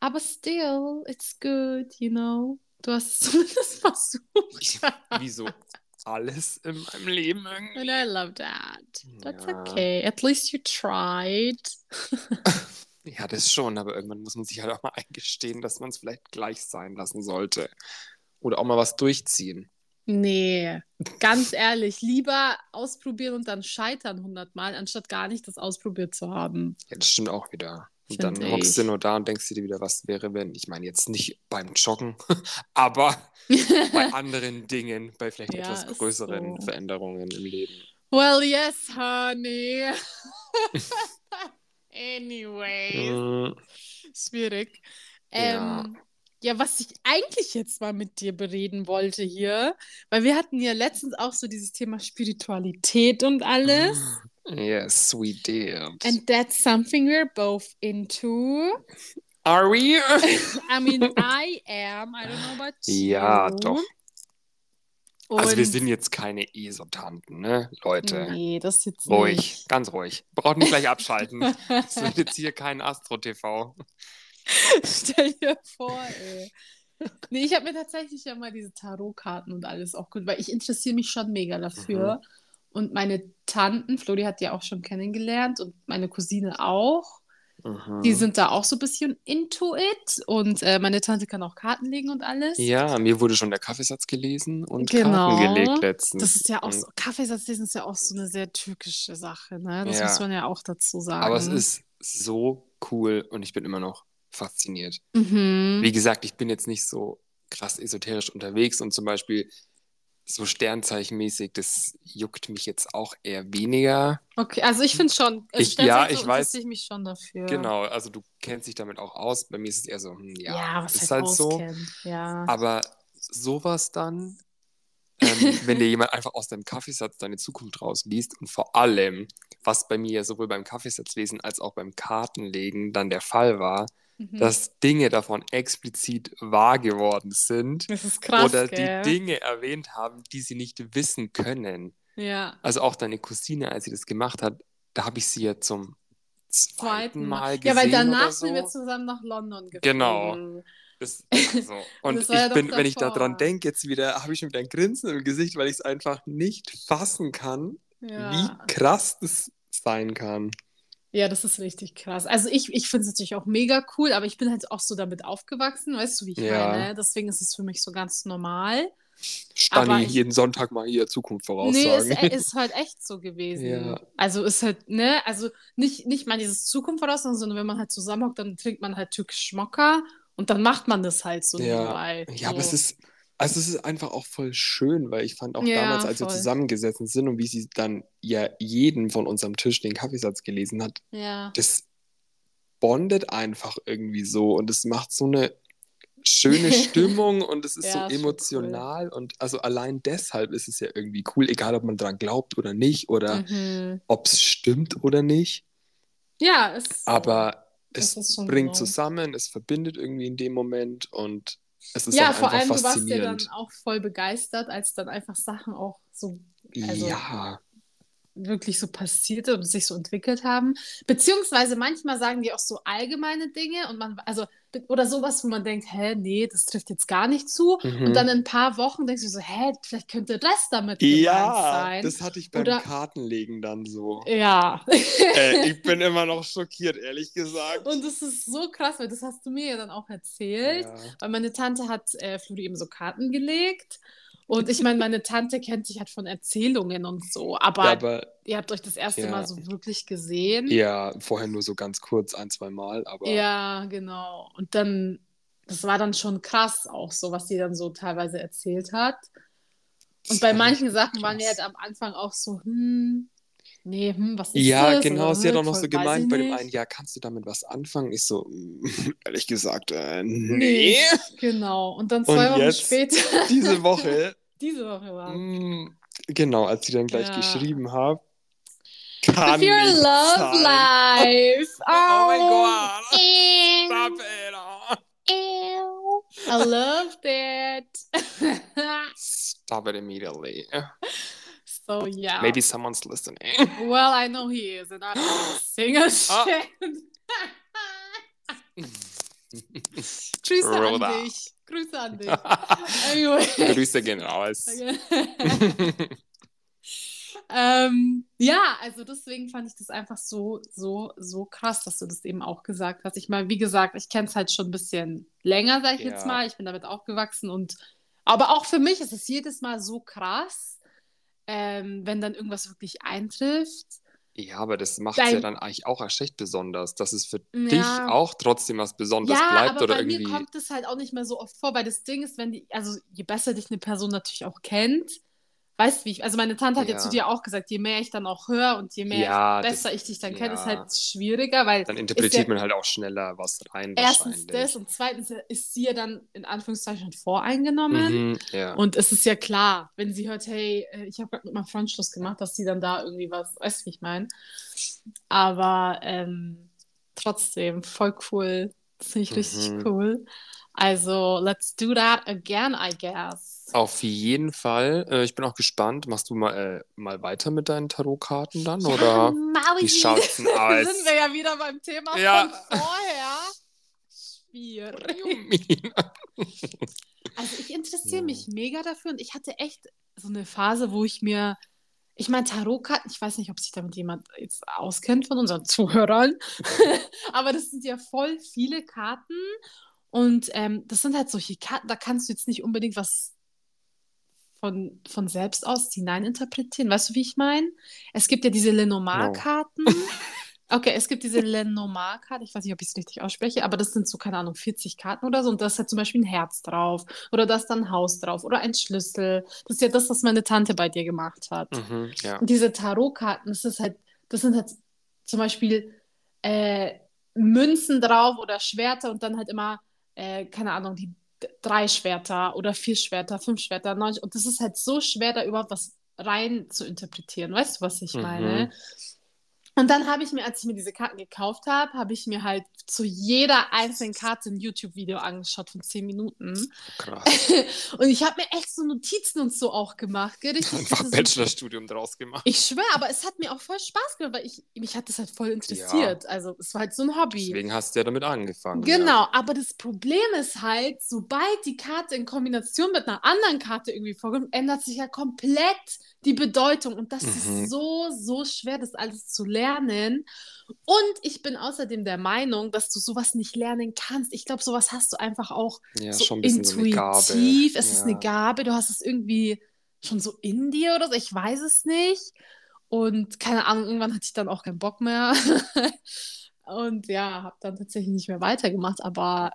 [SPEAKER 2] Aber still, it's good, you know. Du hast es zumindest versucht.
[SPEAKER 1] Wieso? Alles in meinem Leben irgendwie.
[SPEAKER 2] And I love that. That's
[SPEAKER 1] Ja.
[SPEAKER 2] okay. At least you tried.
[SPEAKER 1] Ja, das schon, aber irgendwann muss man sich halt auch mal eingestehen, dass man es vielleicht gleich sein lassen sollte. Oder auch mal was durchziehen.
[SPEAKER 2] Nee, ganz ehrlich, lieber ausprobieren und dann scheitern hundertmal, anstatt gar nicht das ausprobiert zu haben.
[SPEAKER 1] Ja, das stimmt auch wieder. Und
[SPEAKER 2] Find
[SPEAKER 1] dann hockst du
[SPEAKER 2] ich.
[SPEAKER 1] nur da und denkst dir wieder, was wäre, wenn. Ich meine, jetzt nicht beim Joggen, aber bei anderen Dingen, bei vielleicht
[SPEAKER 2] Ja,
[SPEAKER 1] etwas
[SPEAKER 2] ist
[SPEAKER 1] größeren
[SPEAKER 2] so.
[SPEAKER 1] Veränderungen im Leben.
[SPEAKER 2] Well, yes, honey. Anyways.
[SPEAKER 1] Mm,
[SPEAKER 2] Schwierig.
[SPEAKER 1] Ja.
[SPEAKER 2] Ähm, ja. was ich eigentlich jetzt mal mit dir bereden wollte hier, weil wir hatten ja letztens auch so dieses Thema Spiritualität und
[SPEAKER 1] Mm.
[SPEAKER 2] alles.
[SPEAKER 1] Yes, we did.
[SPEAKER 2] And that's something we're both into.
[SPEAKER 1] Are we?
[SPEAKER 2] I mean, I am. I don't know about you.
[SPEAKER 1] Ja, doch.
[SPEAKER 2] Und
[SPEAKER 1] Also wir sind jetzt keine ESO-Tanten, ne, Leute?
[SPEAKER 2] Nee, das jetzt
[SPEAKER 1] ruhig,
[SPEAKER 2] nicht.
[SPEAKER 1] ganz ruhig. Braucht nicht gleich abschalten. Es wird jetzt hier kein Astro-TV.
[SPEAKER 2] Stell dir vor, ey. Nee, ich habe mir tatsächlich ja mal diese Tarotkarten und alles auch gut, weil ich interessiere mich schon mega dafür.
[SPEAKER 1] Mhm.
[SPEAKER 2] Und meine Tanten, Flori hat die auch schon kennengelernt und meine Cousine auch.
[SPEAKER 1] Mhm.
[SPEAKER 2] Die sind da auch so ein bisschen into it. Und äh, meine Tante kann auch Karten legen und alles.
[SPEAKER 1] Ja, mir wurde schon der Kaffeesatz gelesen und
[SPEAKER 2] Genau.
[SPEAKER 1] Karten gelegt letztens.
[SPEAKER 2] Das ist ja auch
[SPEAKER 1] Und-
[SPEAKER 2] so, Kaffeesatz lesen ist ja auch so eine sehr türkische Sache, ne? Das
[SPEAKER 1] Ja.
[SPEAKER 2] muss man ja auch dazu sagen.
[SPEAKER 1] Aber es ist so cool und ich bin immer noch fasziniert.
[SPEAKER 2] Mhm.
[SPEAKER 1] Wie gesagt, ich bin jetzt nicht so krass esoterisch unterwegs und zum Beispiel so sternzeichenmäßig, das juckt mich jetzt auch eher weniger.
[SPEAKER 2] Okay, also ich finde schon,
[SPEAKER 1] Ich-
[SPEAKER 2] stellt
[SPEAKER 1] ja,
[SPEAKER 2] sich
[SPEAKER 1] ich weiß.
[SPEAKER 2] interessiere ich mich schon dafür.
[SPEAKER 1] Genau, also du kennst dich damit auch aus. Bei mir ist es eher so, hm, ja.
[SPEAKER 2] Ja, was
[SPEAKER 1] ist
[SPEAKER 2] halt
[SPEAKER 1] halt so. ah,
[SPEAKER 2] auskennen. Ja.
[SPEAKER 1] Aber sowas dann, ähm, wenn dir jemand einfach aus deinem Kaffeesatz deine Zukunft rausliest und vor allem, was bei mir ja sowohl beim Kaffeesatzlesen als auch beim Kartenlegen dann der Fall war,
[SPEAKER 2] Mhm.
[SPEAKER 1] dass Dinge davon explizit wahr geworden sind
[SPEAKER 2] das ist krass.
[SPEAKER 1] oder die
[SPEAKER 2] gell?
[SPEAKER 1] Dinge erwähnt haben, die sie nicht wissen können.
[SPEAKER 2] Ja.
[SPEAKER 1] Also auch deine Cousine, als sie das gemacht hat, da habe ich sie ja zum zweiten Mal gesehen.
[SPEAKER 2] Ja, weil danach
[SPEAKER 1] oder so.
[SPEAKER 2] sind wir zusammen nach London geflogen.
[SPEAKER 1] Genau. Das, also, und
[SPEAKER 2] das war ja
[SPEAKER 1] ich
[SPEAKER 2] doch
[SPEAKER 1] bin, wenn ich
[SPEAKER 2] davor.
[SPEAKER 1] daran denke, jetzt wieder, habe ich schon wieder ein Grinsen im Gesicht, weil ich es einfach nicht fassen kann,
[SPEAKER 2] Ja.
[SPEAKER 1] wie krass das sein kann.
[SPEAKER 2] Ja, das ist richtig krass. Also ich, ich finde es natürlich auch mega cool, aber ich bin halt auch so damit aufgewachsen, weißt du, wie ich
[SPEAKER 1] Ja.
[SPEAKER 2] meine. Deswegen ist es für mich so ganz normal. Aber
[SPEAKER 1] Stani
[SPEAKER 2] ich-
[SPEAKER 1] jeden Sonntag mal hier Zukunft
[SPEAKER 2] Nee, ist,
[SPEAKER 1] voraussagen.
[SPEAKER 2] e- ist halt echt so gewesen.
[SPEAKER 1] Ja.
[SPEAKER 2] Also ist halt, ne, also nicht, nicht mal dieses Zukunft voraus, sondern wenn man halt zusammenhockt, dann trinkt man halt türkisch Schmocker und dann macht man das halt so
[SPEAKER 1] Ja.
[SPEAKER 2] nebenbei.
[SPEAKER 1] Ja,
[SPEAKER 2] so.
[SPEAKER 1] aber es ist, also es ist einfach auch voll schön, weil ich fand auch
[SPEAKER 2] Ja,
[SPEAKER 1] damals, als wir
[SPEAKER 2] voll.
[SPEAKER 1] zusammengesessen sind und wie sie dann ja jeden von unserem Tisch den Kaffeesatz gelesen hat,
[SPEAKER 2] Ja.
[SPEAKER 1] das bondet einfach irgendwie so und es macht so eine schöne Stimmung und es ist
[SPEAKER 2] Ja, ist
[SPEAKER 1] so
[SPEAKER 2] schon
[SPEAKER 1] emotional und also allein deshalb ist es ja irgendwie cool, egal ob man dran glaubt oder nicht oder
[SPEAKER 2] Mhm.
[SPEAKER 1] ob es stimmt oder nicht,
[SPEAKER 2] Ja, es
[SPEAKER 1] aber
[SPEAKER 2] Das
[SPEAKER 1] es
[SPEAKER 2] ist schon genau.
[SPEAKER 1] bringt
[SPEAKER 2] so.
[SPEAKER 1] zusammen, es verbindet irgendwie in dem Moment und es ist
[SPEAKER 2] ja,
[SPEAKER 1] dann
[SPEAKER 2] vor
[SPEAKER 1] einfach
[SPEAKER 2] allem, du warst ja dann
[SPEAKER 1] faszinierend.
[SPEAKER 2] auch voll begeistert, als dann einfach Sachen auch so also-
[SPEAKER 1] ja,
[SPEAKER 2] wirklich so passiert und sich so entwickelt haben. Beziehungsweise manchmal sagen die auch so allgemeine Dinge und man, also, oder sowas, wo man denkt, hä, nee, das trifft jetzt gar nicht zu.
[SPEAKER 1] mhm.
[SPEAKER 2] Und dann in ein paar Wochen denkst du so, hä, vielleicht könnte das damit
[SPEAKER 1] ja,
[SPEAKER 2] gemeint sein.
[SPEAKER 1] das hatte ich beim
[SPEAKER 2] Oder-
[SPEAKER 1] Kartenlegen dann so.
[SPEAKER 2] ja.
[SPEAKER 1] äh, ich bin immer noch schockiert, ehrlich gesagt.
[SPEAKER 2] Und das ist so krass, weil das hast du mir ja dann auch erzählt.
[SPEAKER 1] ja.
[SPEAKER 2] Weil meine Tante hat äh, Fludi eben so Karten gelegt. Und ich meine, meine Tante kennt sich halt von Erzählungen und so. Aber,
[SPEAKER 1] Ja, aber
[SPEAKER 2] ihr habt euch das erste
[SPEAKER 1] Ja.
[SPEAKER 2] Mal so wirklich gesehen.
[SPEAKER 1] ja, vorher nur so ganz kurz, ein, zwei Mal, aber
[SPEAKER 2] Ja, genau. Und dann, das war dann schon krass auch so, was sie dann so teilweise erzählt hat. Und bei manchen Sachen waren wir
[SPEAKER 1] krass.
[SPEAKER 2] halt am Anfang auch so, hm, nee, hm, was ist
[SPEAKER 1] Ja,
[SPEAKER 2] das?
[SPEAKER 1] genau,
[SPEAKER 2] Oder,
[SPEAKER 1] sie hat
[SPEAKER 2] hm,
[SPEAKER 1] auch noch so
[SPEAKER 2] voll- weiß
[SPEAKER 1] gemeint
[SPEAKER 2] ich
[SPEAKER 1] bei dem
[SPEAKER 2] nicht.
[SPEAKER 1] einen, ja, kannst du damit was anfangen? Ich so, ehrlich gesagt, äh,
[SPEAKER 2] Nee.
[SPEAKER 1] nee.
[SPEAKER 2] Genau. Und dann
[SPEAKER 1] Und
[SPEAKER 2] zwei Wochen
[SPEAKER 1] jetzt?
[SPEAKER 2] später,
[SPEAKER 1] Diese Woche,
[SPEAKER 2] diese Woche war es.
[SPEAKER 1] mm, genau, als sie dann gleich
[SPEAKER 2] Ja.
[SPEAKER 1] geschrieben hat, kann
[SPEAKER 2] With your
[SPEAKER 1] nicht
[SPEAKER 2] love
[SPEAKER 1] sein.
[SPEAKER 2] life.
[SPEAKER 1] Oh mein
[SPEAKER 2] Oh,
[SPEAKER 1] Gott.
[SPEAKER 2] ew,
[SPEAKER 1] Stop it.
[SPEAKER 2] ew.
[SPEAKER 1] oh.
[SPEAKER 2] I love that.
[SPEAKER 1] Stop it immediately.
[SPEAKER 2] so, yeah.
[SPEAKER 1] Maybe someone's listening.
[SPEAKER 2] Well, I know he is, and I don't give a single
[SPEAKER 1] Ah.
[SPEAKER 2] shit. Grüße
[SPEAKER 1] Roda.
[SPEAKER 2] an dich. Grüße an dich. Anyway.
[SPEAKER 1] Grüße gehen raus.
[SPEAKER 2] Okay. ähm, ja, also deswegen fand ich das einfach so, so, so krass, dass du das eben auch gesagt hast. Ich meine, wie gesagt, ich kenne es halt schon ein bisschen länger, sage ich jetzt
[SPEAKER 1] Ja.
[SPEAKER 2] mal. Ich bin damit aufgewachsen und aber auch für mich ist es jedes Mal so krass, ähm, wenn dann irgendwas wirklich eintrifft.
[SPEAKER 1] Ja, aber das macht
[SPEAKER 2] Dein-
[SPEAKER 1] ja dann eigentlich auch erst recht besonders, dass es für
[SPEAKER 2] Ja.
[SPEAKER 1] dich auch trotzdem was Besonderes
[SPEAKER 2] Ja,
[SPEAKER 1] bleibt
[SPEAKER 2] aber
[SPEAKER 1] oder
[SPEAKER 2] bei
[SPEAKER 1] irgendwie.
[SPEAKER 2] mir kommt es halt auch nicht mehr so oft vor, weil das Ding ist, wenn die, also je besser dich eine Person natürlich auch kennt, weißt du, wie ich, also meine Tante hat ja.
[SPEAKER 1] Ja.
[SPEAKER 2] zu dir auch gesagt, je mehr ich dann auch höre und je mehr
[SPEAKER 1] Ja,
[SPEAKER 2] ich,
[SPEAKER 1] das-
[SPEAKER 2] besser ich dich dann kenne,
[SPEAKER 1] ja.
[SPEAKER 2] ist halt schwieriger, weil
[SPEAKER 1] Dann interpretiert
[SPEAKER 2] ja-
[SPEAKER 1] man halt auch schneller was rein.
[SPEAKER 2] erstens
[SPEAKER 1] wahrscheinlich.
[SPEAKER 2] das und zweitens ist sie ja dann in Anführungszeichen voreingenommen.
[SPEAKER 1] Mhm, ja.
[SPEAKER 2] Und es ist ja klar, wenn sie hört, hey, äh, ich habe gerade mit meinem Freund Schluss gemacht, dass sie dann da irgendwie was, weißt du, wie ich meine. Aber ähm, trotzdem, voll cool. Das finde ich richtig
[SPEAKER 1] Mhm.
[SPEAKER 2] cool. Also, let's do that again, I guess.
[SPEAKER 1] Auf jeden Fall. Äh, ich bin auch gespannt. Machst du mal, äh, mal weiter mit deinen Tarotkarten dann?
[SPEAKER 2] Ja,
[SPEAKER 1] Oder
[SPEAKER 2] Maui.
[SPEAKER 1] wie schaut's denn
[SPEAKER 2] Da
[SPEAKER 1] aus?
[SPEAKER 2] sind wir ja wieder beim Thema
[SPEAKER 1] Ja.
[SPEAKER 2] von vorher. Schwierig. Also ich interessiere
[SPEAKER 1] Ja.
[SPEAKER 2] mich mega dafür und ich hatte echt so eine Phase, wo ich mir, ich meine, Tarotkarten, ich weiß nicht, ob sich damit jemand jetzt auskennt von unseren Zuhörern, aber das sind ja voll viele Karten und ähm, das sind halt solche Karten, da kannst du jetzt nicht unbedingt was von, von selbst aus hineininterpretieren. Weißt du, wie ich meine? Es gibt ja diese Lenormand-Karten. Okay, es gibt diese Lenormand-Karten, ich weiß nicht, ob ich es richtig ausspreche, aber das sind so, keine Ahnung, 40 Karten oder so. Und da ist halt zum Beispiel ein Herz drauf oder da ist dann ein Haus drauf oder ein Schlüssel. Das ist ja das, was meine Tante bei dir gemacht hat.
[SPEAKER 1] mhm, ja.
[SPEAKER 2] Und diese Tarotkarten, das ist halt, das sind halt zum Beispiel äh, Münzen drauf oder Schwerter und dann halt immer, äh, keine Ahnung, die d- drei Schwerter oder vier Schwerter, fünf Schwerter, neun. Und das ist halt so schwer, da überhaupt was rein zu interpretieren. Weißt du, was ich
[SPEAKER 1] Mhm.
[SPEAKER 2] meine? Und dann habe ich mir, als ich mir diese Karten gekauft habe, habe ich mir halt zu jeder einzelnen Karte ein YouTube-Video angeschaut von zehn Minuten.
[SPEAKER 1] Krass.
[SPEAKER 2] Und ich habe mir echt so Notizen und so auch gemacht. Gell? Richtig
[SPEAKER 1] Einfach
[SPEAKER 2] diese so-
[SPEAKER 1] Bachelorstudium draus gemacht.
[SPEAKER 2] ich schwöre, aber es hat mir auch voll Spaß gemacht, weil ich, mich hat das halt voll interessiert. Also es war halt so ein Hobby.
[SPEAKER 1] Deswegen hast du ja damit angefangen.
[SPEAKER 2] Genau,
[SPEAKER 1] Ja.
[SPEAKER 2] aber das Problem ist halt, sobald die Karte in Kombination mit einer anderen Karte irgendwie vorkommt, ändert sich ja komplett die Bedeutung. Und das
[SPEAKER 1] Mhm.
[SPEAKER 2] ist so, so schwer, das alles zu lernen. Und ich bin außerdem der Meinung, dass du sowas nicht lernen kannst. Ich glaube, sowas hast du einfach auch
[SPEAKER 1] Ja,
[SPEAKER 2] so
[SPEAKER 1] schon ein bisschen
[SPEAKER 2] intuitiv,
[SPEAKER 1] so eine Gabe.
[SPEAKER 2] es ist
[SPEAKER 1] ja.
[SPEAKER 2] eine Gabe, du hast es irgendwie schon so in dir oder so, ich weiß es nicht. Und keine Ahnung, irgendwann hatte ich dann auch keinen Bock mehr. Und ja, habe dann tatsächlich nicht mehr weitergemacht, aber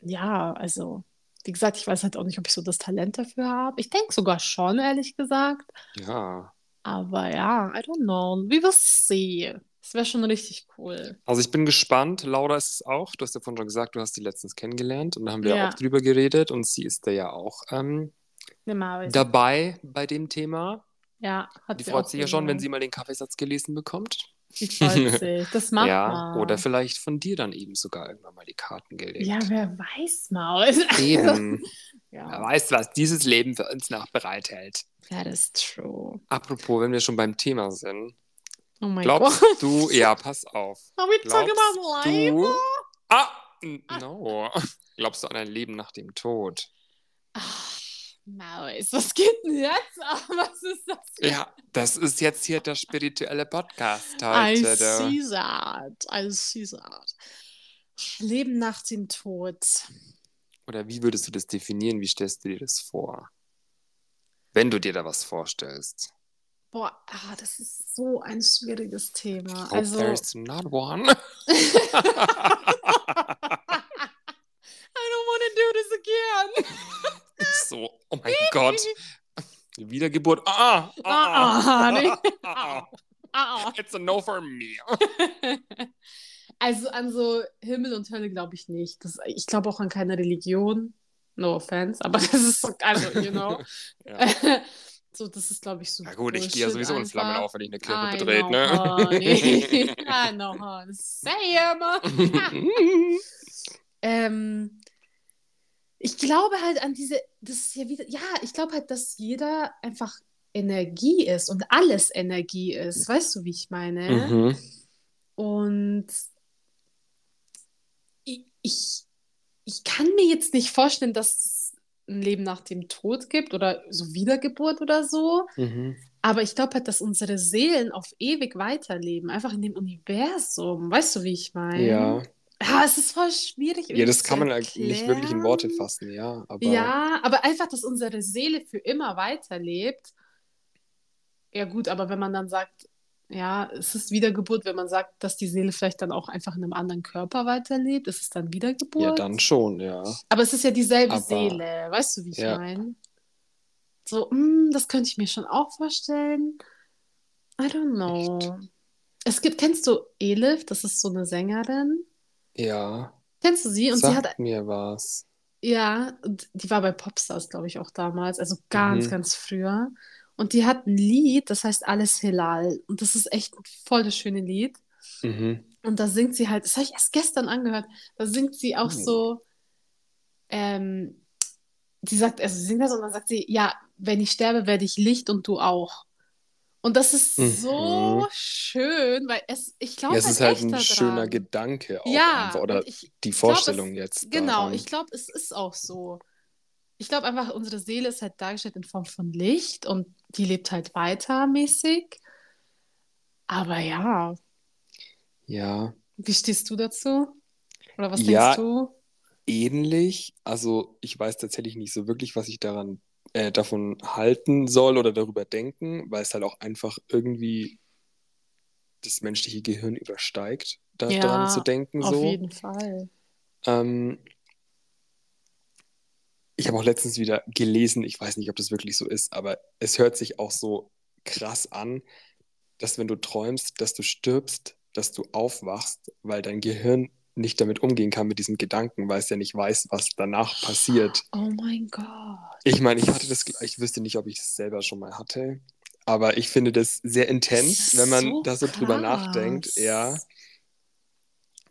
[SPEAKER 2] ja, also wie gesagt, ich weiß halt auch nicht, ob ich so das Talent dafür habe. Ich denke sogar schon, ehrlich gesagt.
[SPEAKER 1] Ja.
[SPEAKER 2] Aber ja, I don't know. We will see. Es wäre schon richtig cool.
[SPEAKER 1] Also ich bin gespannt. Laura ist es auch. Du hast ja vorhin schon gesagt, du hast sie letztens kennengelernt und da haben wir
[SPEAKER 2] Ja.
[SPEAKER 1] auch drüber geredet und sie ist da ja auch ähm,
[SPEAKER 2] Ne, Marvin.
[SPEAKER 1] dabei bei dem Thema.
[SPEAKER 2] ja, hat
[SPEAKER 1] Die
[SPEAKER 2] sie
[SPEAKER 1] freut
[SPEAKER 2] auch
[SPEAKER 1] sich ja schon, wenn
[SPEAKER 2] gesagt.
[SPEAKER 1] sie mal den Kaffeesatz gelesen bekommt.
[SPEAKER 2] Die freut sich. Das macht
[SPEAKER 1] ja,
[SPEAKER 2] man.
[SPEAKER 1] oder vielleicht von dir dann eben sogar irgendwann mal die Karten gelegt.
[SPEAKER 2] Ja, wer weiß mal.
[SPEAKER 1] Eben. Wer
[SPEAKER 2] ja.
[SPEAKER 1] weiß, was dieses Leben für uns noch bereithält.
[SPEAKER 2] That is true.
[SPEAKER 1] Apropos, wenn wir schon beim Thema sind.
[SPEAKER 2] Oh mein
[SPEAKER 1] Glaubst
[SPEAKER 2] Gott.
[SPEAKER 1] du, ja, pass auf.
[SPEAKER 2] Are we talking about
[SPEAKER 1] Glaubst
[SPEAKER 2] life?
[SPEAKER 1] du, ah, n- no.
[SPEAKER 2] Ah.
[SPEAKER 1] Glaubst du an ein Leben nach dem Tod?
[SPEAKER 2] Ach, Maus, Ah, was geht denn jetzt? ab? was ist das?
[SPEAKER 1] Ja, das ist jetzt hier der spirituelle Podcast
[SPEAKER 2] I
[SPEAKER 1] heute. da.
[SPEAKER 2] see that. I see that. Leben nach dem Tod.
[SPEAKER 1] Oder wie würdest du das definieren? Wie stellst du dir das vor? Wenn du dir da was vorstellst.
[SPEAKER 2] Boah, ah, das ist so ein schwieriges Thema.
[SPEAKER 1] Hope
[SPEAKER 2] Also,
[SPEAKER 1] there's not one.
[SPEAKER 2] I don't want to do this again.
[SPEAKER 1] so, oh mein Gott. Wiedergeburt. Ah, ah,
[SPEAKER 2] Ah, ah, honey.
[SPEAKER 1] ah, ah.
[SPEAKER 2] Ah, ah.
[SPEAKER 1] It's a no for me.
[SPEAKER 2] Also an so Himmel und Hölle glaube ich nicht. Das, ich glaube auch an keine Religion. No offense, aber das ist so, also, you know.
[SPEAKER 1] Ja.
[SPEAKER 2] so, das ist, glaube ich, so.
[SPEAKER 1] Na gut, ich gehe ja
[SPEAKER 2] Bullshit
[SPEAKER 1] sowieso in Flammen
[SPEAKER 2] Oh, einfach.
[SPEAKER 1] auf, wenn ich eine Kirche
[SPEAKER 2] I
[SPEAKER 1] betrete,
[SPEAKER 2] know,
[SPEAKER 1] ne?
[SPEAKER 2] honey. I know, honey. Same. ähm, ich glaube halt an diese, das ist ja wieder, ja, ich glaube halt, dass jeder einfach Energie ist und alles Energie ist. Weißt du, wie ich meine?
[SPEAKER 1] mhm.
[SPEAKER 2] Und ich, ich, ich kann mir jetzt nicht vorstellen, dass es ein Leben nach dem Tod gibt oder so Wiedergeburt oder so.
[SPEAKER 1] Mhm.
[SPEAKER 2] Aber ich glaube halt, dass unsere Seelen auf ewig weiterleben, einfach in dem Universum. Weißt du, wie ich meine?
[SPEAKER 1] Ja.
[SPEAKER 2] Ah, es ist voll schwierig.
[SPEAKER 1] ja, das
[SPEAKER 2] irgendwie zu
[SPEAKER 1] kann man halt nicht wirklich in Worte
[SPEAKER 2] erklären.
[SPEAKER 1] fassen, ja. Aber
[SPEAKER 2] Ja, aber einfach, dass unsere Seele für immer weiterlebt. Ja, gut, aber wenn man dann sagt, ja, es ist Wiedergeburt, wenn man sagt, dass die Seele vielleicht dann auch einfach in einem anderen Körper weiterlebt, ist es dann Wiedergeburt?
[SPEAKER 1] ja, dann schon, ja.
[SPEAKER 2] Aber es ist ja dieselbe
[SPEAKER 1] Aber-
[SPEAKER 2] Seele, weißt du, wie ich
[SPEAKER 1] Ja.
[SPEAKER 2] meine? so, mm, das könnte ich mir schon auch vorstellen. I don't know. Es gibt, kennst du Elif? Das ist so eine Sängerin.
[SPEAKER 1] Ja.
[SPEAKER 2] Kennst du sie? Und
[SPEAKER 1] Sagt
[SPEAKER 2] sie hat,
[SPEAKER 1] mir was.
[SPEAKER 2] ja, und die war bei Popstars, glaube ich, auch damals, also ganz,
[SPEAKER 1] Mhm.
[SPEAKER 2] ganz früher. Und die hat ein Lied, das heißt Alles Hilal. Und das ist echt ein voll das schöne Lied.
[SPEAKER 1] Mhm.
[SPEAKER 2] Und da singt sie halt, das habe ich erst gestern angehört, da singt sie auch
[SPEAKER 1] Mhm.
[SPEAKER 2] so, ähm, sie sagt, also sie singt das und dann sagt sie, ja, wenn ich sterbe, werde ich Licht und du auch. Und das ist
[SPEAKER 1] Mhm.
[SPEAKER 2] so schön, weil es, ich
[SPEAKER 1] Ja,
[SPEAKER 2] glaube,
[SPEAKER 1] es ist halt
[SPEAKER 2] echt
[SPEAKER 1] ein
[SPEAKER 2] daran.
[SPEAKER 1] schöner Gedanke auch
[SPEAKER 2] Ja,
[SPEAKER 1] einfach. Oder
[SPEAKER 2] und ich,
[SPEAKER 1] die
[SPEAKER 2] glaub, es-
[SPEAKER 1] Vorstellung jetzt.
[SPEAKER 2] genau,
[SPEAKER 1] daran.
[SPEAKER 2] ich glaube, es ist auch so. Ich glaube einfach, unsere Seele ist halt dargestellt in Form von Licht und die lebt halt weiter mäßig. Aber ja,
[SPEAKER 1] Ja.
[SPEAKER 2] wie stehst du dazu? Oder was
[SPEAKER 1] Ja,
[SPEAKER 2] denkst du?
[SPEAKER 1] ähnlich. Also ich weiß tatsächlich nicht so wirklich, was ich daran äh, davon halten soll oder darüber denken, weil es halt auch einfach irgendwie das menschliche Gehirn übersteigt, da,
[SPEAKER 2] Ja,
[SPEAKER 1] daran zu denken.
[SPEAKER 2] Auf
[SPEAKER 1] So.
[SPEAKER 2] jeden Fall.
[SPEAKER 1] Ähm, ich habe auch letztens wieder gelesen, ich weiß nicht, ob das wirklich so ist, aber es hört sich auch so krass an, dass wenn du träumst, dass du stirbst, dass du aufwachst, weil dein Gehirn nicht damit umgehen kann mit diesem Gedanken, weil es ja nicht weiß, was danach passiert.
[SPEAKER 2] Oh mein Gott.
[SPEAKER 1] Ich meine, ich hatte das, ich wüsste nicht, ob ich es selber schon mal hatte, aber ich finde das sehr intens, wenn man
[SPEAKER 2] So
[SPEAKER 1] da so drüber
[SPEAKER 2] krass.
[SPEAKER 1] nachdenkt, ja.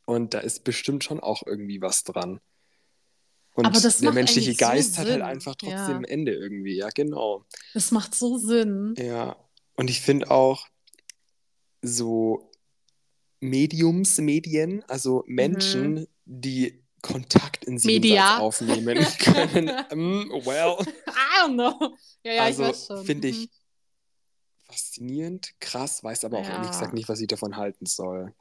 [SPEAKER 1] Und da ist bestimmt schon auch irgendwie was dran. Und
[SPEAKER 2] Aber das
[SPEAKER 1] der
[SPEAKER 2] macht
[SPEAKER 1] menschliche
[SPEAKER 2] eigentlich so
[SPEAKER 1] Geist hat
[SPEAKER 2] Sinn,
[SPEAKER 1] halt einfach
[SPEAKER 2] ja.
[SPEAKER 1] trotzdem ein Ende irgendwie, ja, genau.
[SPEAKER 2] Das macht so Sinn.
[SPEAKER 1] Ja. Und ich finde auch so Mediums, Medien, also Menschen, die Kontakt in sieben
[SPEAKER 2] Mhm. Media.
[SPEAKER 1] Satz aufnehmen können. mm, well.
[SPEAKER 2] I don't know. Ja, ja, ich weiß
[SPEAKER 1] also
[SPEAKER 2] schon.
[SPEAKER 1] finde ich
[SPEAKER 2] Mhm.
[SPEAKER 1] faszinierend, krass, weiß aber auch
[SPEAKER 2] Ja.
[SPEAKER 1] ehrlich gesagt nicht, was ich davon halten soll.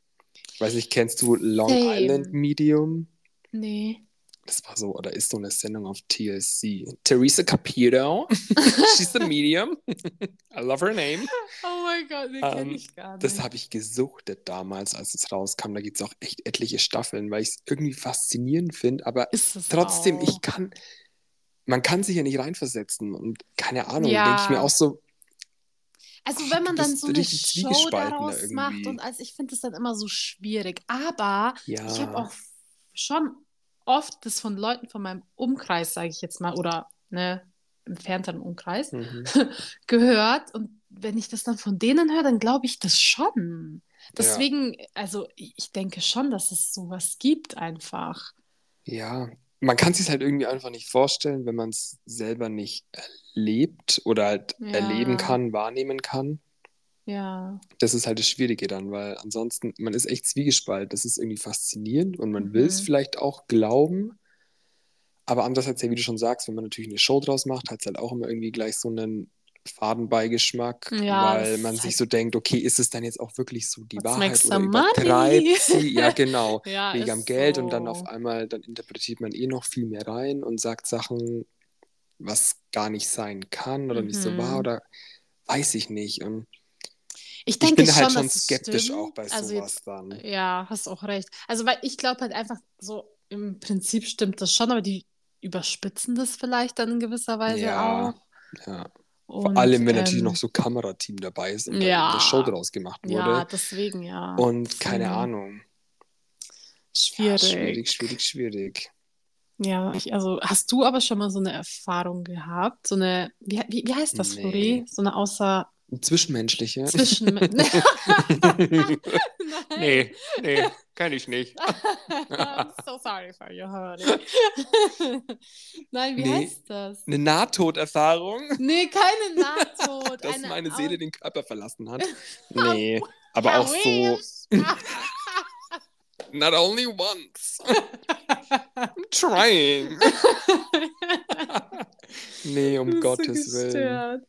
[SPEAKER 1] Ich weiß nicht, kennst du Long
[SPEAKER 2] Same.
[SPEAKER 1] Island Medium?
[SPEAKER 2] Mhm. Nee.
[SPEAKER 1] Das war so, oder ist so eine Sendung auf TLC. Teresa Capito. She's the medium. I love her name.
[SPEAKER 2] Oh mein Gott, den kenne
[SPEAKER 1] Ähm,
[SPEAKER 2] ich gar nicht.
[SPEAKER 1] Das habe ich gesuchtet damals, als es rauskam. Da gibt es auch echt etliche Staffeln, weil ich es irgendwie faszinierend finde. Aber
[SPEAKER 2] Ist es
[SPEAKER 1] trotzdem,
[SPEAKER 2] auch.
[SPEAKER 1] ich kann, man kann sich ja nicht reinversetzen. Und keine Ahnung,
[SPEAKER 2] Ja.
[SPEAKER 1] denke ich mir auch so,
[SPEAKER 2] Also
[SPEAKER 1] Ach,
[SPEAKER 2] wenn man
[SPEAKER 1] du
[SPEAKER 2] dann
[SPEAKER 1] bist
[SPEAKER 2] so eine
[SPEAKER 1] richtig
[SPEAKER 2] Show
[SPEAKER 1] zwiegespalten da
[SPEAKER 2] daraus
[SPEAKER 1] irgendwie.
[SPEAKER 2] macht und also ich finde das dann immer so schwierig. Aber
[SPEAKER 1] ja.
[SPEAKER 2] ich habe auch schon oft das von Leuten von meinem Umkreis, sage ich jetzt mal, oder ne, entfernteren Umkreis,
[SPEAKER 1] Mhm.
[SPEAKER 2] gehört. Und wenn ich das dann von denen höre, dann glaube ich das schon. Deswegen, also ich ich denke schon, dass es sowas gibt einfach.
[SPEAKER 1] Ja, man kann es sich halt irgendwie einfach nicht vorstellen, wenn man es selber nicht erlebt oder halt
[SPEAKER 2] Ja.
[SPEAKER 1] erleben kann, wahrnehmen kann.
[SPEAKER 2] Ja.
[SPEAKER 1] Das ist halt das Schwierige dann, weil ansonsten, man ist echt zwiegespalten. Das ist irgendwie faszinierend und man will es
[SPEAKER 2] Mhm.
[SPEAKER 1] vielleicht auch glauben. Aber andererseits, ja, wie du schon sagst, wenn man natürlich eine Show draus macht, hat es halt auch immer irgendwie gleich so einen Fadenbeigeschmack,
[SPEAKER 2] Ja,
[SPEAKER 1] weil
[SPEAKER 2] das
[SPEAKER 1] man
[SPEAKER 2] ist
[SPEAKER 1] sich
[SPEAKER 2] halt-
[SPEAKER 1] so denkt, okay, ist es dann jetzt auch wirklich so die
[SPEAKER 2] Let's make
[SPEAKER 1] Wahrheit oder
[SPEAKER 2] some money.
[SPEAKER 1] übertreibt sie? Ja, genau
[SPEAKER 2] Ja,
[SPEAKER 1] wegen am
[SPEAKER 2] ist
[SPEAKER 1] Geld
[SPEAKER 2] so.
[SPEAKER 1] und dann auf einmal, dann interpretiert man eh noch viel mehr rein und sagt Sachen, was gar nicht sein kann oder nicht so
[SPEAKER 2] Mhm.
[SPEAKER 1] war oder weiß ich nicht. Und
[SPEAKER 2] Ich
[SPEAKER 1] ich
[SPEAKER 2] denke
[SPEAKER 1] bin halt
[SPEAKER 2] schon,
[SPEAKER 1] schon
[SPEAKER 2] dass es
[SPEAKER 1] skeptisch
[SPEAKER 2] stimmt.
[SPEAKER 1] auch bei
[SPEAKER 2] also
[SPEAKER 1] sowas
[SPEAKER 2] jetzt,
[SPEAKER 1] dann.
[SPEAKER 2] Ja, hast auch recht. Also, weil ich glaube halt einfach so, im Prinzip stimmt das schon, aber die überspitzen das vielleicht dann in gewisser Weise
[SPEAKER 1] Ja,
[SPEAKER 2] auch.
[SPEAKER 1] Ja.
[SPEAKER 2] Und,
[SPEAKER 1] Vor allem, wenn
[SPEAKER 2] ähm,
[SPEAKER 1] natürlich noch so Kamerateam dabei ist und
[SPEAKER 2] ja.
[SPEAKER 1] dann eine Show draus gemacht wurde.
[SPEAKER 2] ähm, Ja, deswegen ja.
[SPEAKER 1] Und keine
[SPEAKER 2] Mhm.
[SPEAKER 1] Ahnung. Ja,
[SPEAKER 2] Schwierig.
[SPEAKER 1] schwierig, schwierig, schwierig.
[SPEAKER 2] Ja, ich, also hast du aber schon mal so eine Erfahrung gehabt? So eine, wie, wie, wie heißt das,
[SPEAKER 1] Nee.
[SPEAKER 2] Flori? So eine außer
[SPEAKER 1] Zwischenmenschliche.
[SPEAKER 2] zwischen. Nein.
[SPEAKER 1] nee, kann ich nicht.
[SPEAKER 2] I'm so sorry for your hurting. Nein, wie
[SPEAKER 1] Nee.
[SPEAKER 2] heißt das?
[SPEAKER 1] Eine Nahtoderfahrung.
[SPEAKER 2] Nee, keine Nahtod.
[SPEAKER 1] dass
[SPEAKER 2] eine
[SPEAKER 1] meine
[SPEAKER 2] Au-
[SPEAKER 1] Seele den Körper verlassen hat. Nee, aber
[SPEAKER 2] Ja,
[SPEAKER 1] auch so,
[SPEAKER 2] wish.
[SPEAKER 1] not only once. I'm trying. Nee, um
[SPEAKER 2] So
[SPEAKER 1] Gottes Willen.
[SPEAKER 2] gestört.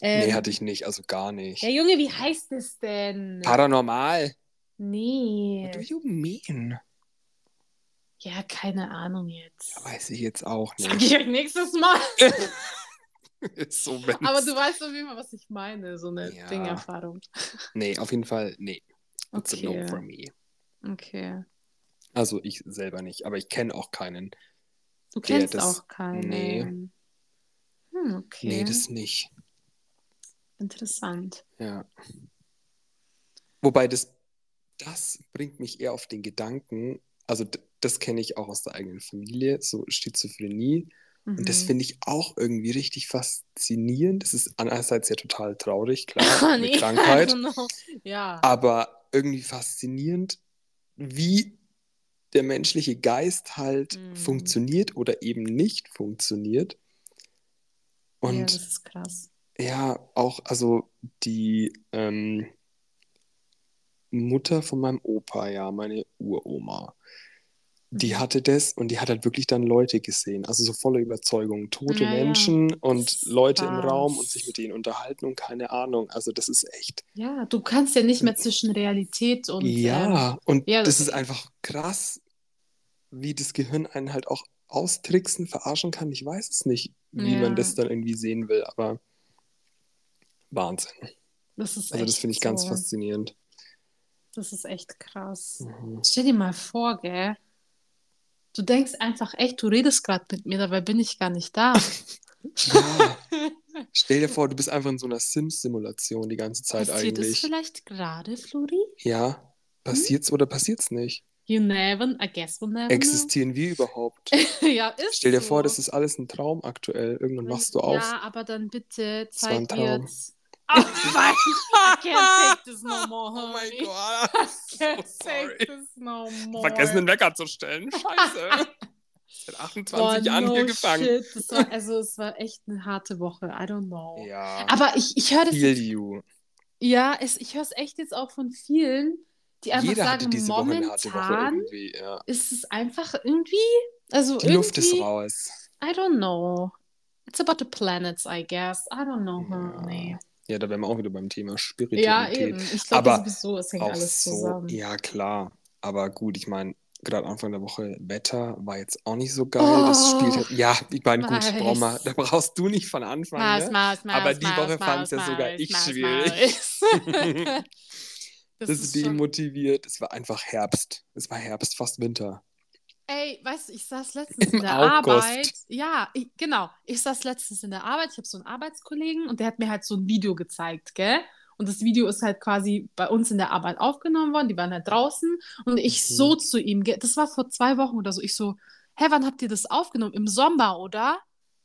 [SPEAKER 1] Nee,
[SPEAKER 2] Ähm,
[SPEAKER 1] hatte ich nicht, also gar nicht.
[SPEAKER 2] Ja, Junge, wie heißt es denn?
[SPEAKER 1] Paranormal.
[SPEAKER 2] nee.
[SPEAKER 1] What do you mean?
[SPEAKER 2] Ja, keine Ahnung jetzt.
[SPEAKER 1] Weiß ich jetzt auch
[SPEAKER 2] Sag
[SPEAKER 1] nicht.
[SPEAKER 2] ich euch nächstes Mal.
[SPEAKER 1] Ist so, wenn's-
[SPEAKER 2] Aber du weißt auf jeden Fall, was ich meine. So eine
[SPEAKER 1] Ja.
[SPEAKER 2] Dingerfahrung.
[SPEAKER 1] Nee, auf jeden Fall, nee. It's a no for
[SPEAKER 2] Okay.
[SPEAKER 1] me.
[SPEAKER 2] okay.
[SPEAKER 1] Also ich selber nicht, aber ich kenne auch keinen.
[SPEAKER 2] Du kennst
[SPEAKER 1] das-
[SPEAKER 2] auch keinen.
[SPEAKER 1] nee.
[SPEAKER 2] Hm, okay.
[SPEAKER 1] Nee, das nicht.
[SPEAKER 2] Interessant.
[SPEAKER 1] Ja. Wobei das, das bringt mich eher auf den Gedanken, also d- das kenne ich auch aus der eigenen Familie, so Schizophrenie. Und
[SPEAKER 2] Mhm.
[SPEAKER 1] das finde ich auch irgendwie richtig faszinierend. Das ist einerseits ja total traurig, klar, eine Krankheit, Ah,
[SPEAKER 2] Also noch- ja.
[SPEAKER 1] aber irgendwie faszinierend, wie der menschliche Geist halt
[SPEAKER 2] Mhm.
[SPEAKER 1] funktioniert oder eben nicht funktioniert.
[SPEAKER 2] ja,
[SPEAKER 1] Und
[SPEAKER 2] das ist krass.
[SPEAKER 1] ja, auch, also die ähm, Mutter von meinem Opa, ja, meine Uroma, die
[SPEAKER 2] Mhm.
[SPEAKER 1] hatte das und die hat halt wirklich dann Leute gesehen, also so voller Überzeugung, tote
[SPEAKER 2] Ja, Ah, ja.
[SPEAKER 1] Menschen
[SPEAKER 2] Das
[SPEAKER 1] und
[SPEAKER 2] ist
[SPEAKER 1] Leute im
[SPEAKER 2] krass.
[SPEAKER 1] Raum und sich mit denen unterhalten und keine Ahnung. Also das ist echt,
[SPEAKER 2] Ja, du kannst ja nicht mehr zwischen Realität und ähm,
[SPEAKER 1] Äh, ja, und
[SPEAKER 2] ja,
[SPEAKER 1] das
[SPEAKER 2] das-
[SPEAKER 1] ist einfach krass, wie das Gehirn einen halt auch austricksen, verarschen kann. Ich weiß es nicht, wie
[SPEAKER 2] Ja.
[SPEAKER 1] man das dann irgendwie sehen will, aber Wahnsinn.
[SPEAKER 2] das ist
[SPEAKER 1] Also das
[SPEAKER 2] echt
[SPEAKER 1] finde ich
[SPEAKER 2] so.
[SPEAKER 1] ganz faszinierend.
[SPEAKER 2] Das ist echt krass.
[SPEAKER 1] Mhm.
[SPEAKER 2] Stell dir mal vor, gell? Du denkst einfach echt, du redest gerade mit mir, dabei bin ich gar nicht da.
[SPEAKER 1] Ja. Stell dir vor, du bist einfach in so einer Sims-Simulation die ganze Zeit
[SPEAKER 2] Passiert Hm? es
[SPEAKER 1] halt eigentlich.
[SPEAKER 2] vielleicht gerade, Flori?
[SPEAKER 1] Ja. Passiert's oder passiert's nicht?
[SPEAKER 2] You never, I guess we'll never
[SPEAKER 1] Existieren wir überhaupt?
[SPEAKER 2] know. ja, genau. ist
[SPEAKER 1] Stell dir
[SPEAKER 2] so.
[SPEAKER 1] vor, das ist alles ein Traum aktuell. Irgendwann wachst du
[SPEAKER 2] ja,
[SPEAKER 1] auf.
[SPEAKER 2] Ja, aber dann bitte
[SPEAKER 1] war ein
[SPEAKER 2] zeig mir
[SPEAKER 1] Traum.
[SPEAKER 2] jetzt. Oh mein I can't take this no more, homie.
[SPEAKER 1] Oh Gott.
[SPEAKER 2] I can't take this no more.
[SPEAKER 1] Vergessen den Wecker zu stellen. Scheiße. Seit 28
[SPEAKER 2] Boah,
[SPEAKER 1] Jahren
[SPEAKER 2] no
[SPEAKER 1] hier gefangen.
[SPEAKER 2] Shit. Das war, also, es war echt eine harte Woche. I don't know.
[SPEAKER 1] Ja.
[SPEAKER 2] Aber ich, ich höre das
[SPEAKER 1] Feel you.
[SPEAKER 2] Ja, es, ich höre es echt jetzt auch von vielen, die einfach
[SPEAKER 1] Jeder
[SPEAKER 2] sagen,
[SPEAKER 1] hatte diese Woche eine harte Woche
[SPEAKER 2] momentan
[SPEAKER 1] irgendwie. Ja.
[SPEAKER 2] ist es einfach irgendwie, also
[SPEAKER 1] Die Luft ist
[SPEAKER 2] irgendwie,
[SPEAKER 1] raus.
[SPEAKER 2] I don't know. It's about the planets, I guess. I don't know,
[SPEAKER 1] Ja.
[SPEAKER 2] honey.
[SPEAKER 1] Ja, da wären wir auch wieder beim Thema
[SPEAKER 2] Ja,
[SPEAKER 1] Spiritualität.
[SPEAKER 2] eben. Ich glaube
[SPEAKER 1] Aber
[SPEAKER 2] sowieso, es hängt
[SPEAKER 1] auch
[SPEAKER 2] alles
[SPEAKER 1] so,
[SPEAKER 2] zusammen.
[SPEAKER 1] ja klar. Aber gut, ich meine, gerade Anfang der Woche, Wetter war jetzt auch nicht so geil.
[SPEAKER 2] Oh,
[SPEAKER 1] das spielt halt, ja, ich meine, gut,
[SPEAKER 2] weiß.
[SPEAKER 1] brauch mal, da brauchst du nicht von Anfang.
[SPEAKER 2] Maus,
[SPEAKER 1] Ne?
[SPEAKER 2] Maus, Maus,
[SPEAKER 1] Aber die
[SPEAKER 2] Maus,
[SPEAKER 1] Woche
[SPEAKER 2] Maus,
[SPEAKER 1] fand's ja sogar
[SPEAKER 2] Maus,
[SPEAKER 1] ich
[SPEAKER 2] Maus,
[SPEAKER 1] schwierig.
[SPEAKER 2] Maus. Das,
[SPEAKER 1] Das,
[SPEAKER 2] ist
[SPEAKER 1] ist
[SPEAKER 2] schon...
[SPEAKER 1] demotiviert. Es war einfach Herbst. Es war Herbst, fast Winter.
[SPEAKER 2] Ey, weißt du, ich saß letztens in
[SPEAKER 1] Im
[SPEAKER 2] der
[SPEAKER 1] August.
[SPEAKER 2] Arbeit. Ja, ich, genau. Ich saß letztens in der Arbeit. Ich habe so einen Arbeitskollegen und der hat mir halt so ein Video gezeigt, gell? Und das Video ist halt quasi bei uns in der Arbeit aufgenommen worden. Die waren halt draußen und ich
[SPEAKER 1] Mhm.
[SPEAKER 2] so zu ihm, gell? Das war vor zwei Wochen oder so. Ich so, hä, wann habt ihr das aufgenommen? Im Sommer, oder?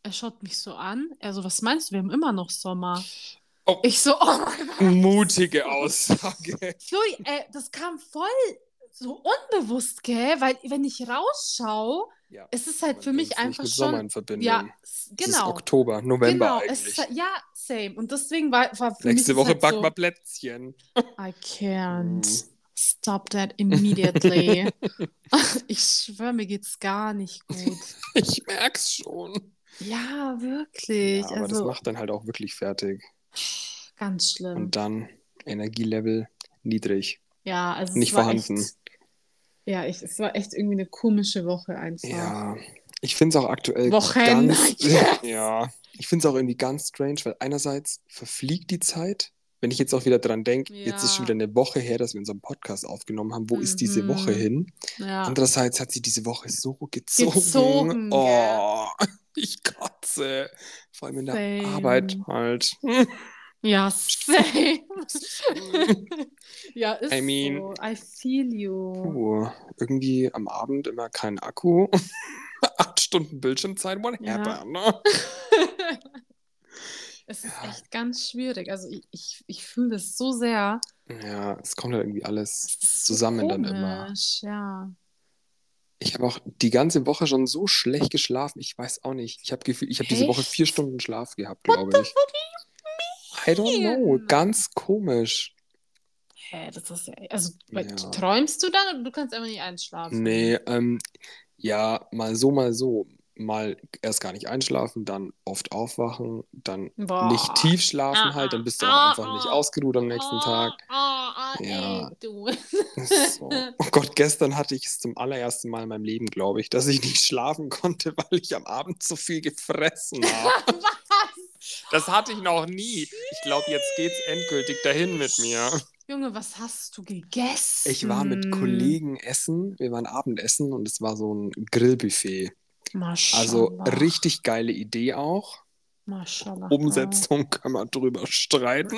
[SPEAKER 2] Er schaut mich so an. Er so, was meinst du? Wir haben immer noch Sommer.
[SPEAKER 1] Oh.
[SPEAKER 2] Ich so, oh mein Gott.
[SPEAKER 1] Mutige Aussage.
[SPEAKER 2] Flori, äh, das kam voll so unbewusst, gell? Weil wenn ich rausschaue,
[SPEAKER 1] Ja,
[SPEAKER 2] es ist halt
[SPEAKER 1] man
[SPEAKER 2] für mich
[SPEAKER 1] bringt's nicht
[SPEAKER 2] einfach
[SPEAKER 1] mit
[SPEAKER 2] schon.
[SPEAKER 1] Sommer in Verbindung.
[SPEAKER 2] ja, s-
[SPEAKER 1] Es ist
[SPEAKER 2] genau.
[SPEAKER 1] Oktober, November
[SPEAKER 2] genau, es
[SPEAKER 1] eigentlich.
[SPEAKER 2] ist, ja, same. Und deswegen war, war für mich
[SPEAKER 1] Nächste
[SPEAKER 2] ist
[SPEAKER 1] Woche
[SPEAKER 2] halt
[SPEAKER 1] backen
[SPEAKER 2] so,
[SPEAKER 1] wir Plätzchen.
[SPEAKER 2] I can't.
[SPEAKER 1] Mm.
[SPEAKER 2] Stop that immediately. ich schwöre, mir geht's gar nicht gut.
[SPEAKER 1] Ich merk's schon.
[SPEAKER 2] Ja, wirklich.
[SPEAKER 1] ja, aber das
[SPEAKER 2] also
[SPEAKER 1] macht dann halt auch wirklich fertig.
[SPEAKER 2] ganz schlimm.
[SPEAKER 1] Und dann Energielevel niedrig.
[SPEAKER 2] ja, also
[SPEAKER 1] nicht
[SPEAKER 2] es war
[SPEAKER 1] vorhanden.
[SPEAKER 2] Echt, ja, ich, es war echt irgendwie eine komische Woche einfach.
[SPEAKER 1] Ja. Ich finde es auch aktuell
[SPEAKER 2] Wochen,
[SPEAKER 1] ganz.
[SPEAKER 2] yes.
[SPEAKER 1] Ja. Ich finde es auch irgendwie ganz strange, weil einerseits verfliegt die Zeit. Wenn ich jetzt auch wieder dran denke, jetzt ist
[SPEAKER 2] Ja.
[SPEAKER 1] schon wieder eine Woche her, dass wir unseren Podcast aufgenommen haben. Wo ist diese
[SPEAKER 2] Mhm.
[SPEAKER 1] Woche hin?
[SPEAKER 2] Ja.
[SPEAKER 1] Andererseits hat sie diese Woche so gezogen.
[SPEAKER 2] Ah. Gezogen,
[SPEAKER 1] oh, ich kotze. Vor allem in der
[SPEAKER 2] Same.
[SPEAKER 1] Arbeit halt.
[SPEAKER 2] Ja, same. ja, ist
[SPEAKER 1] I mean-
[SPEAKER 2] so. I feel you.
[SPEAKER 1] Puh, irgendwie am Abend immer kein Akku. Acht Stunden Bildschirmzeit, what
[SPEAKER 2] Ja.
[SPEAKER 1] happened? ne?
[SPEAKER 2] es ist
[SPEAKER 1] Ja.
[SPEAKER 2] echt ganz schwierig. Also ich, ich, ich fühle das so sehr.
[SPEAKER 1] Ja, es kommt halt irgendwie alles
[SPEAKER 2] Es ist so
[SPEAKER 1] zusammen dann
[SPEAKER 2] komisch,
[SPEAKER 1] immer.
[SPEAKER 2] Ja.
[SPEAKER 1] Ich habe auch die ganze Woche schon so schlecht geschlafen. Ich weiß auch nicht. Ich habe Gefühl, ich habe diese Woche
[SPEAKER 2] Echt?
[SPEAKER 1] vier Stunden Schlaf gehabt, glaube ich. I don't know.
[SPEAKER 2] mean?
[SPEAKER 1] Ganz komisch.
[SPEAKER 2] Hä, das ist ja. Also weil-
[SPEAKER 1] Ja.
[SPEAKER 2] du träumst du dann oder du kannst einfach nicht einschlafen?
[SPEAKER 1] Nee, ähm, ja, mal so, mal so. Mal erst gar nicht einschlafen, dann oft aufwachen, dann
[SPEAKER 2] Boah.
[SPEAKER 1] nicht tief schlafen
[SPEAKER 2] Ah,
[SPEAKER 1] halt, dann bist du
[SPEAKER 2] ah,
[SPEAKER 1] auch einfach nicht
[SPEAKER 2] ah.
[SPEAKER 1] ausgeruht am nächsten
[SPEAKER 2] Ah,
[SPEAKER 1] Tag.
[SPEAKER 2] Ah, ah,
[SPEAKER 1] Ja.
[SPEAKER 2] ey, du.
[SPEAKER 1] So. Oh Gott, gestern hatte ich es zum allerersten Mal in meinem Leben, glaube ich, dass ich nicht schlafen konnte, weil ich am Abend zu viel gefressen habe.
[SPEAKER 2] Was?
[SPEAKER 1] Das hatte ich noch nie. Ich glaube, jetzt geht's endgültig dahin mit mir.
[SPEAKER 2] Junge, was hast du gegessen?
[SPEAKER 1] Ich war
[SPEAKER 2] Mm.
[SPEAKER 1] mit Kollegen essen, wir waren Abendessen und es war so ein Grillbuffet. Also
[SPEAKER 2] Maschallah.
[SPEAKER 1] richtig geile Idee auch.
[SPEAKER 2] Maschallah.
[SPEAKER 1] Umsetzung kann man drüber streiten.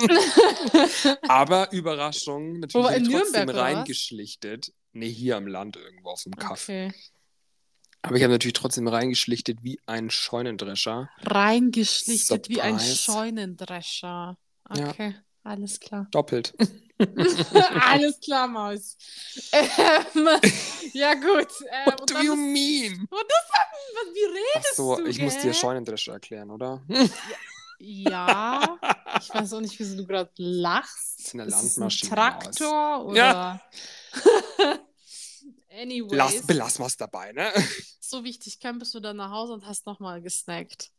[SPEAKER 1] Aber Überraschung, natürlich
[SPEAKER 2] Wo,
[SPEAKER 1] habe
[SPEAKER 2] in
[SPEAKER 1] ich trotzdem
[SPEAKER 2] Nürnberg, oder was?
[SPEAKER 1] reingeschlichtet. Nee, hier am Land irgendwo auf dem Kaff.
[SPEAKER 2] Okay.
[SPEAKER 1] Aber ich habe natürlich trotzdem reingeschlichtet wie ein Scheunendrescher.
[SPEAKER 2] Reingeschlichtet wie ein
[SPEAKER 1] Surprise.
[SPEAKER 2] Scheunendrescher.
[SPEAKER 1] Ja.
[SPEAKER 2] Okay, alles klar.
[SPEAKER 1] Doppelt.
[SPEAKER 2] alles klar, Maus. Ähm, ja, gut. Äh,
[SPEAKER 1] What
[SPEAKER 2] und
[SPEAKER 1] do
[SPEAKER 2] dann
[SPEAKER 1] you
[SPEAKER 2] ist-
[SPEAKER 1] mean?
[SPEAKER 2] Und das hat, was, wie
[SPEAKER 1] Ach
[SPEAKER 2] redest
[SPEAKER 1] so,
[SPEAKER 2] du?
[SPEAKER 1] ich muss dir
[SPEAKER 2] gell?
[SPEAKER 1] Scheunendrescher erklären, oder? Hm,
[SPEAKER 2] Ja, ich weiß auch nicht, wieso du gerade lachst.
[SPEAKER 1] Das ist eine
[SPEAKER 2] Ist es
[SPEAKER 1] Landmaschine,
[SPEAKER 2] ein Traktor oder?
[SPEAKER 1] Ja.
[SPEAKER 2] Anyways,
[SPEAKER 1] Lass, belass was dabei, ne?
[SPEAKER 2] so wichtig kann, bist du dann nach Hause und hast nochmal gesnackt.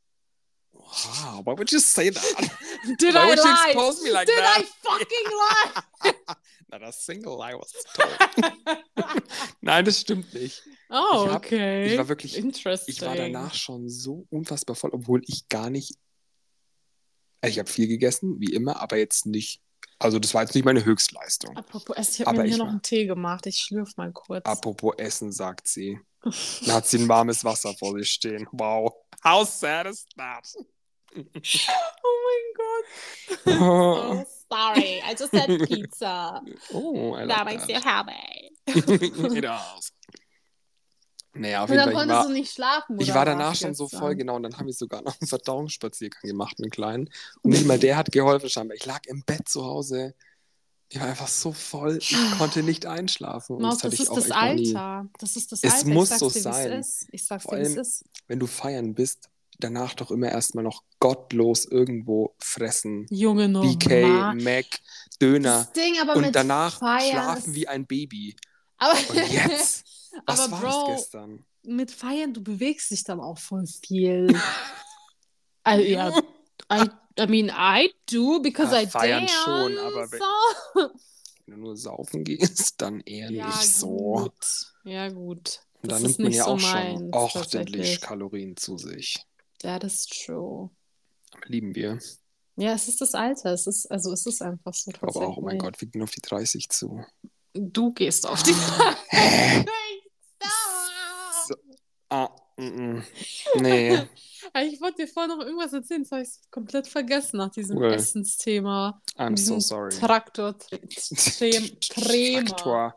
[SPEAKER 1] Wow, why would you say that?
[SPEAKER 2] Did
[SPEAKER 1] Why
[SPEAKER 2] I
[SPEAKER 1] would you
[SPEAKER 2] lie?
[SPEAKER 1] expose me like
[SPEAKER 2] Did
[SPEAKER 1] that?
[SPEAKER 2] I fucking
[SPEAKER 1] Not a single lie was told.
[SPEAKER 2] lie?
[SPEAKER 1] Nein, das stimmt nicht.
[SPEAKER 2] oh,
[SPEAKER 1] Ich hab-
[SPEAKER 2] okay.
[SPEAKER 1] ich war wirklich-
[SPEAKER 2] Interesting.
[SPEAKER 1] Ich war danach schon so unfassbar voll, obwohl ich gar nicht. Also ich habe viel gegessen, wie immer, aber jetzt nicht. Also, das war jetzt nicht meine Höchstleistung.
[SPEAKER 2] Apropos Essen, ich habe
[SPEAKER 1] Aber
[SPEAKER 2] mir hier
[SPEAKER 1] ich
[SPEAKER 2] noch
[SPEAKER 1] war-
[SPEAKER 2] einen Tee gemacht. Ich schlürf mal kurz.
[SPEAKER 1] Apropos Essen, sagt sie. Dann hat sie ein warmes Wasser vor sich stehen. Wow. How sad is that?
[SPEAKER 2] Oh mein Gott.
[SPEAKER 1] Oh,
[SPEAKER 2] sorry. I just had pizza.
[SPEAKER 1] oh I
[SPEAKER 2] That
[SPEAKER 1] like
[SPEAKER 2] makes
[SPEAKER 1] that.
[SPEAKER 2] you happy.
[SPEAKER 1] It is. Naja, auf
[SPEAKER 2] Und
[SPEAKER 1] jeden
[SPEAKER 2] dann
[SPEAKER 1] Fall. Ich
[SPEAKER 2] konntest
[SPEAKER 1] war,
[SPEAKER 2] du nicht schlafen,
[SPEAKER 1] Ich
[SPEAKER 2] oder
[SPEAKER 1] war
[SPEAKER 2] was
[SPEAKER 1] danach schon
[SPEAKER 2] jetzt
[SPEAKER 1] so
[SPEAKER 2] dann?
[SPEAKER 1] voll, genau. Und dann habe ich sogar noch einen Verdauungsspaziergang gemacht, einen kleinen. Und nicht mal der hat geholfen scheinbar. Ich lag im Bett zu Hause. Ich war einfach so voll, ich konnte nicht einschlafen. Und
[SPEAKER 2] Maus,
[SPEAKER 1] hatte
[SPEAKER 2] das
[SPEAKER 1] ich
[SPEAKER 2] ist
[SPEAKER 1] auch
[SPEAKER 2] das
[SPEAKER 1] echt noch nie.
[SPEAKER 2] Alter. Das ist das
[SPEAKER 1] Es
[SPEAKER 2] Alter.
[SPEAKER 1] muss
[SPEAKER 2] ich sag's
[SPEAKER 1] so
[SPEAKER 2] dir, wie's
[SPEAKER 1] sein.
[SPEAKER 2] Ist. Ich sag's
[SPEAKER 1] Vor
[SPEAKER 2] dir, wie es
[SPEAKER 1] allem-
[SPEAKER 2] ist.
[SPEAKER 1] Wenn du feiern bist, danach doch immer erstmal noch gottlos irgendwo fressen.
[SPEAKER 2] Junge, normal.
[SPEAKER 1] BK, Mac, Döner.
[SPEAKER 2] Oh, Das Ding aber
[SPEAKER 1] Und
[SPEAKER 2] mit
[SPEAKER 1] danach
[SPEAKER 2] Feiern,
[SPEAKER 1] schlafen
[SPEAKER 2] das-
[SPEAKER 1] wie ein Baby.
[SPEAKER 2] Aber,
[SPEAKER 1] Und jetzt? Was
[SPEAKER 2] aber
[SPEAKER 1] war
[SPEAKER 2] Bro,
[SPEAKER 1] das gestern?
[SPEAKER 2] mit Feiern, du bewegst dich dann auch voll viel. also, ja, I, I mean, I do, because
[SPEAKER 1] Ja,
[SPEAKER 2] I
[SPEAKER 1] feiern
[SPEAKER 2] dance.
[SPEAKER 1] schon, aber wenn-
[SPEAKER 2] so.
[SPEAKER 1] Wenn du nur saufen gehst, dann eher
[SPEAKER 2] ja, genau.
[SPEAKER 1] nicht so.
[SPEAKER 2] gut. Ja, gut.
[SPEAKER 1] Und
[SPEAKER 2] das
[SPEAKER 1] da
[SPEAKER 2] ist
[SPEAKER 1] nimmt man
[SPEAKER 2] nicht
[SPEAKER 1] ja
[SPEAKER 2] so
[SPEAKER 1] auch schon
[SPEAKER 2] meins,
[SPEAKER 1] ordentlich
[SPEAKER 2] tatsächlich.
[SPEAKER 1] Kalorien zu sich.
[SPEAKER 2] That is true.
[SPEAKER 1] Lieben wir.
[SPEAKER 2] Ja, es ist das Alter. Es ist, also es ist einfach so
[SPEAKER 1] Aber auch, oh mein
[SPEAKER 2] tatsächlich.
[SPEAKER 1] Gott, wir gehen auf die 30 zu.
[SPEAKER 2] Du gehst auf die
[SPEAKER 1] Hä?
[SPEAKER 2] Fresse.
[SPEAKER 1] So. Ah, mm, mm. Nee.
[SPEAKER 2] Ich wollte dir vorher noch irgendwas erzählen, das habe ich komplett vergessen nach diesem
[SPEAKER 1] Cool.
[SPEAKER 2] Essensthema.
[SPEAKER 1] I'm so
[SPEAKER 2] diesem
[SPEAKER 1] sorry.
[SPEAKER 2] Traktor-Thema.
[SPEAKER 1] Traktor.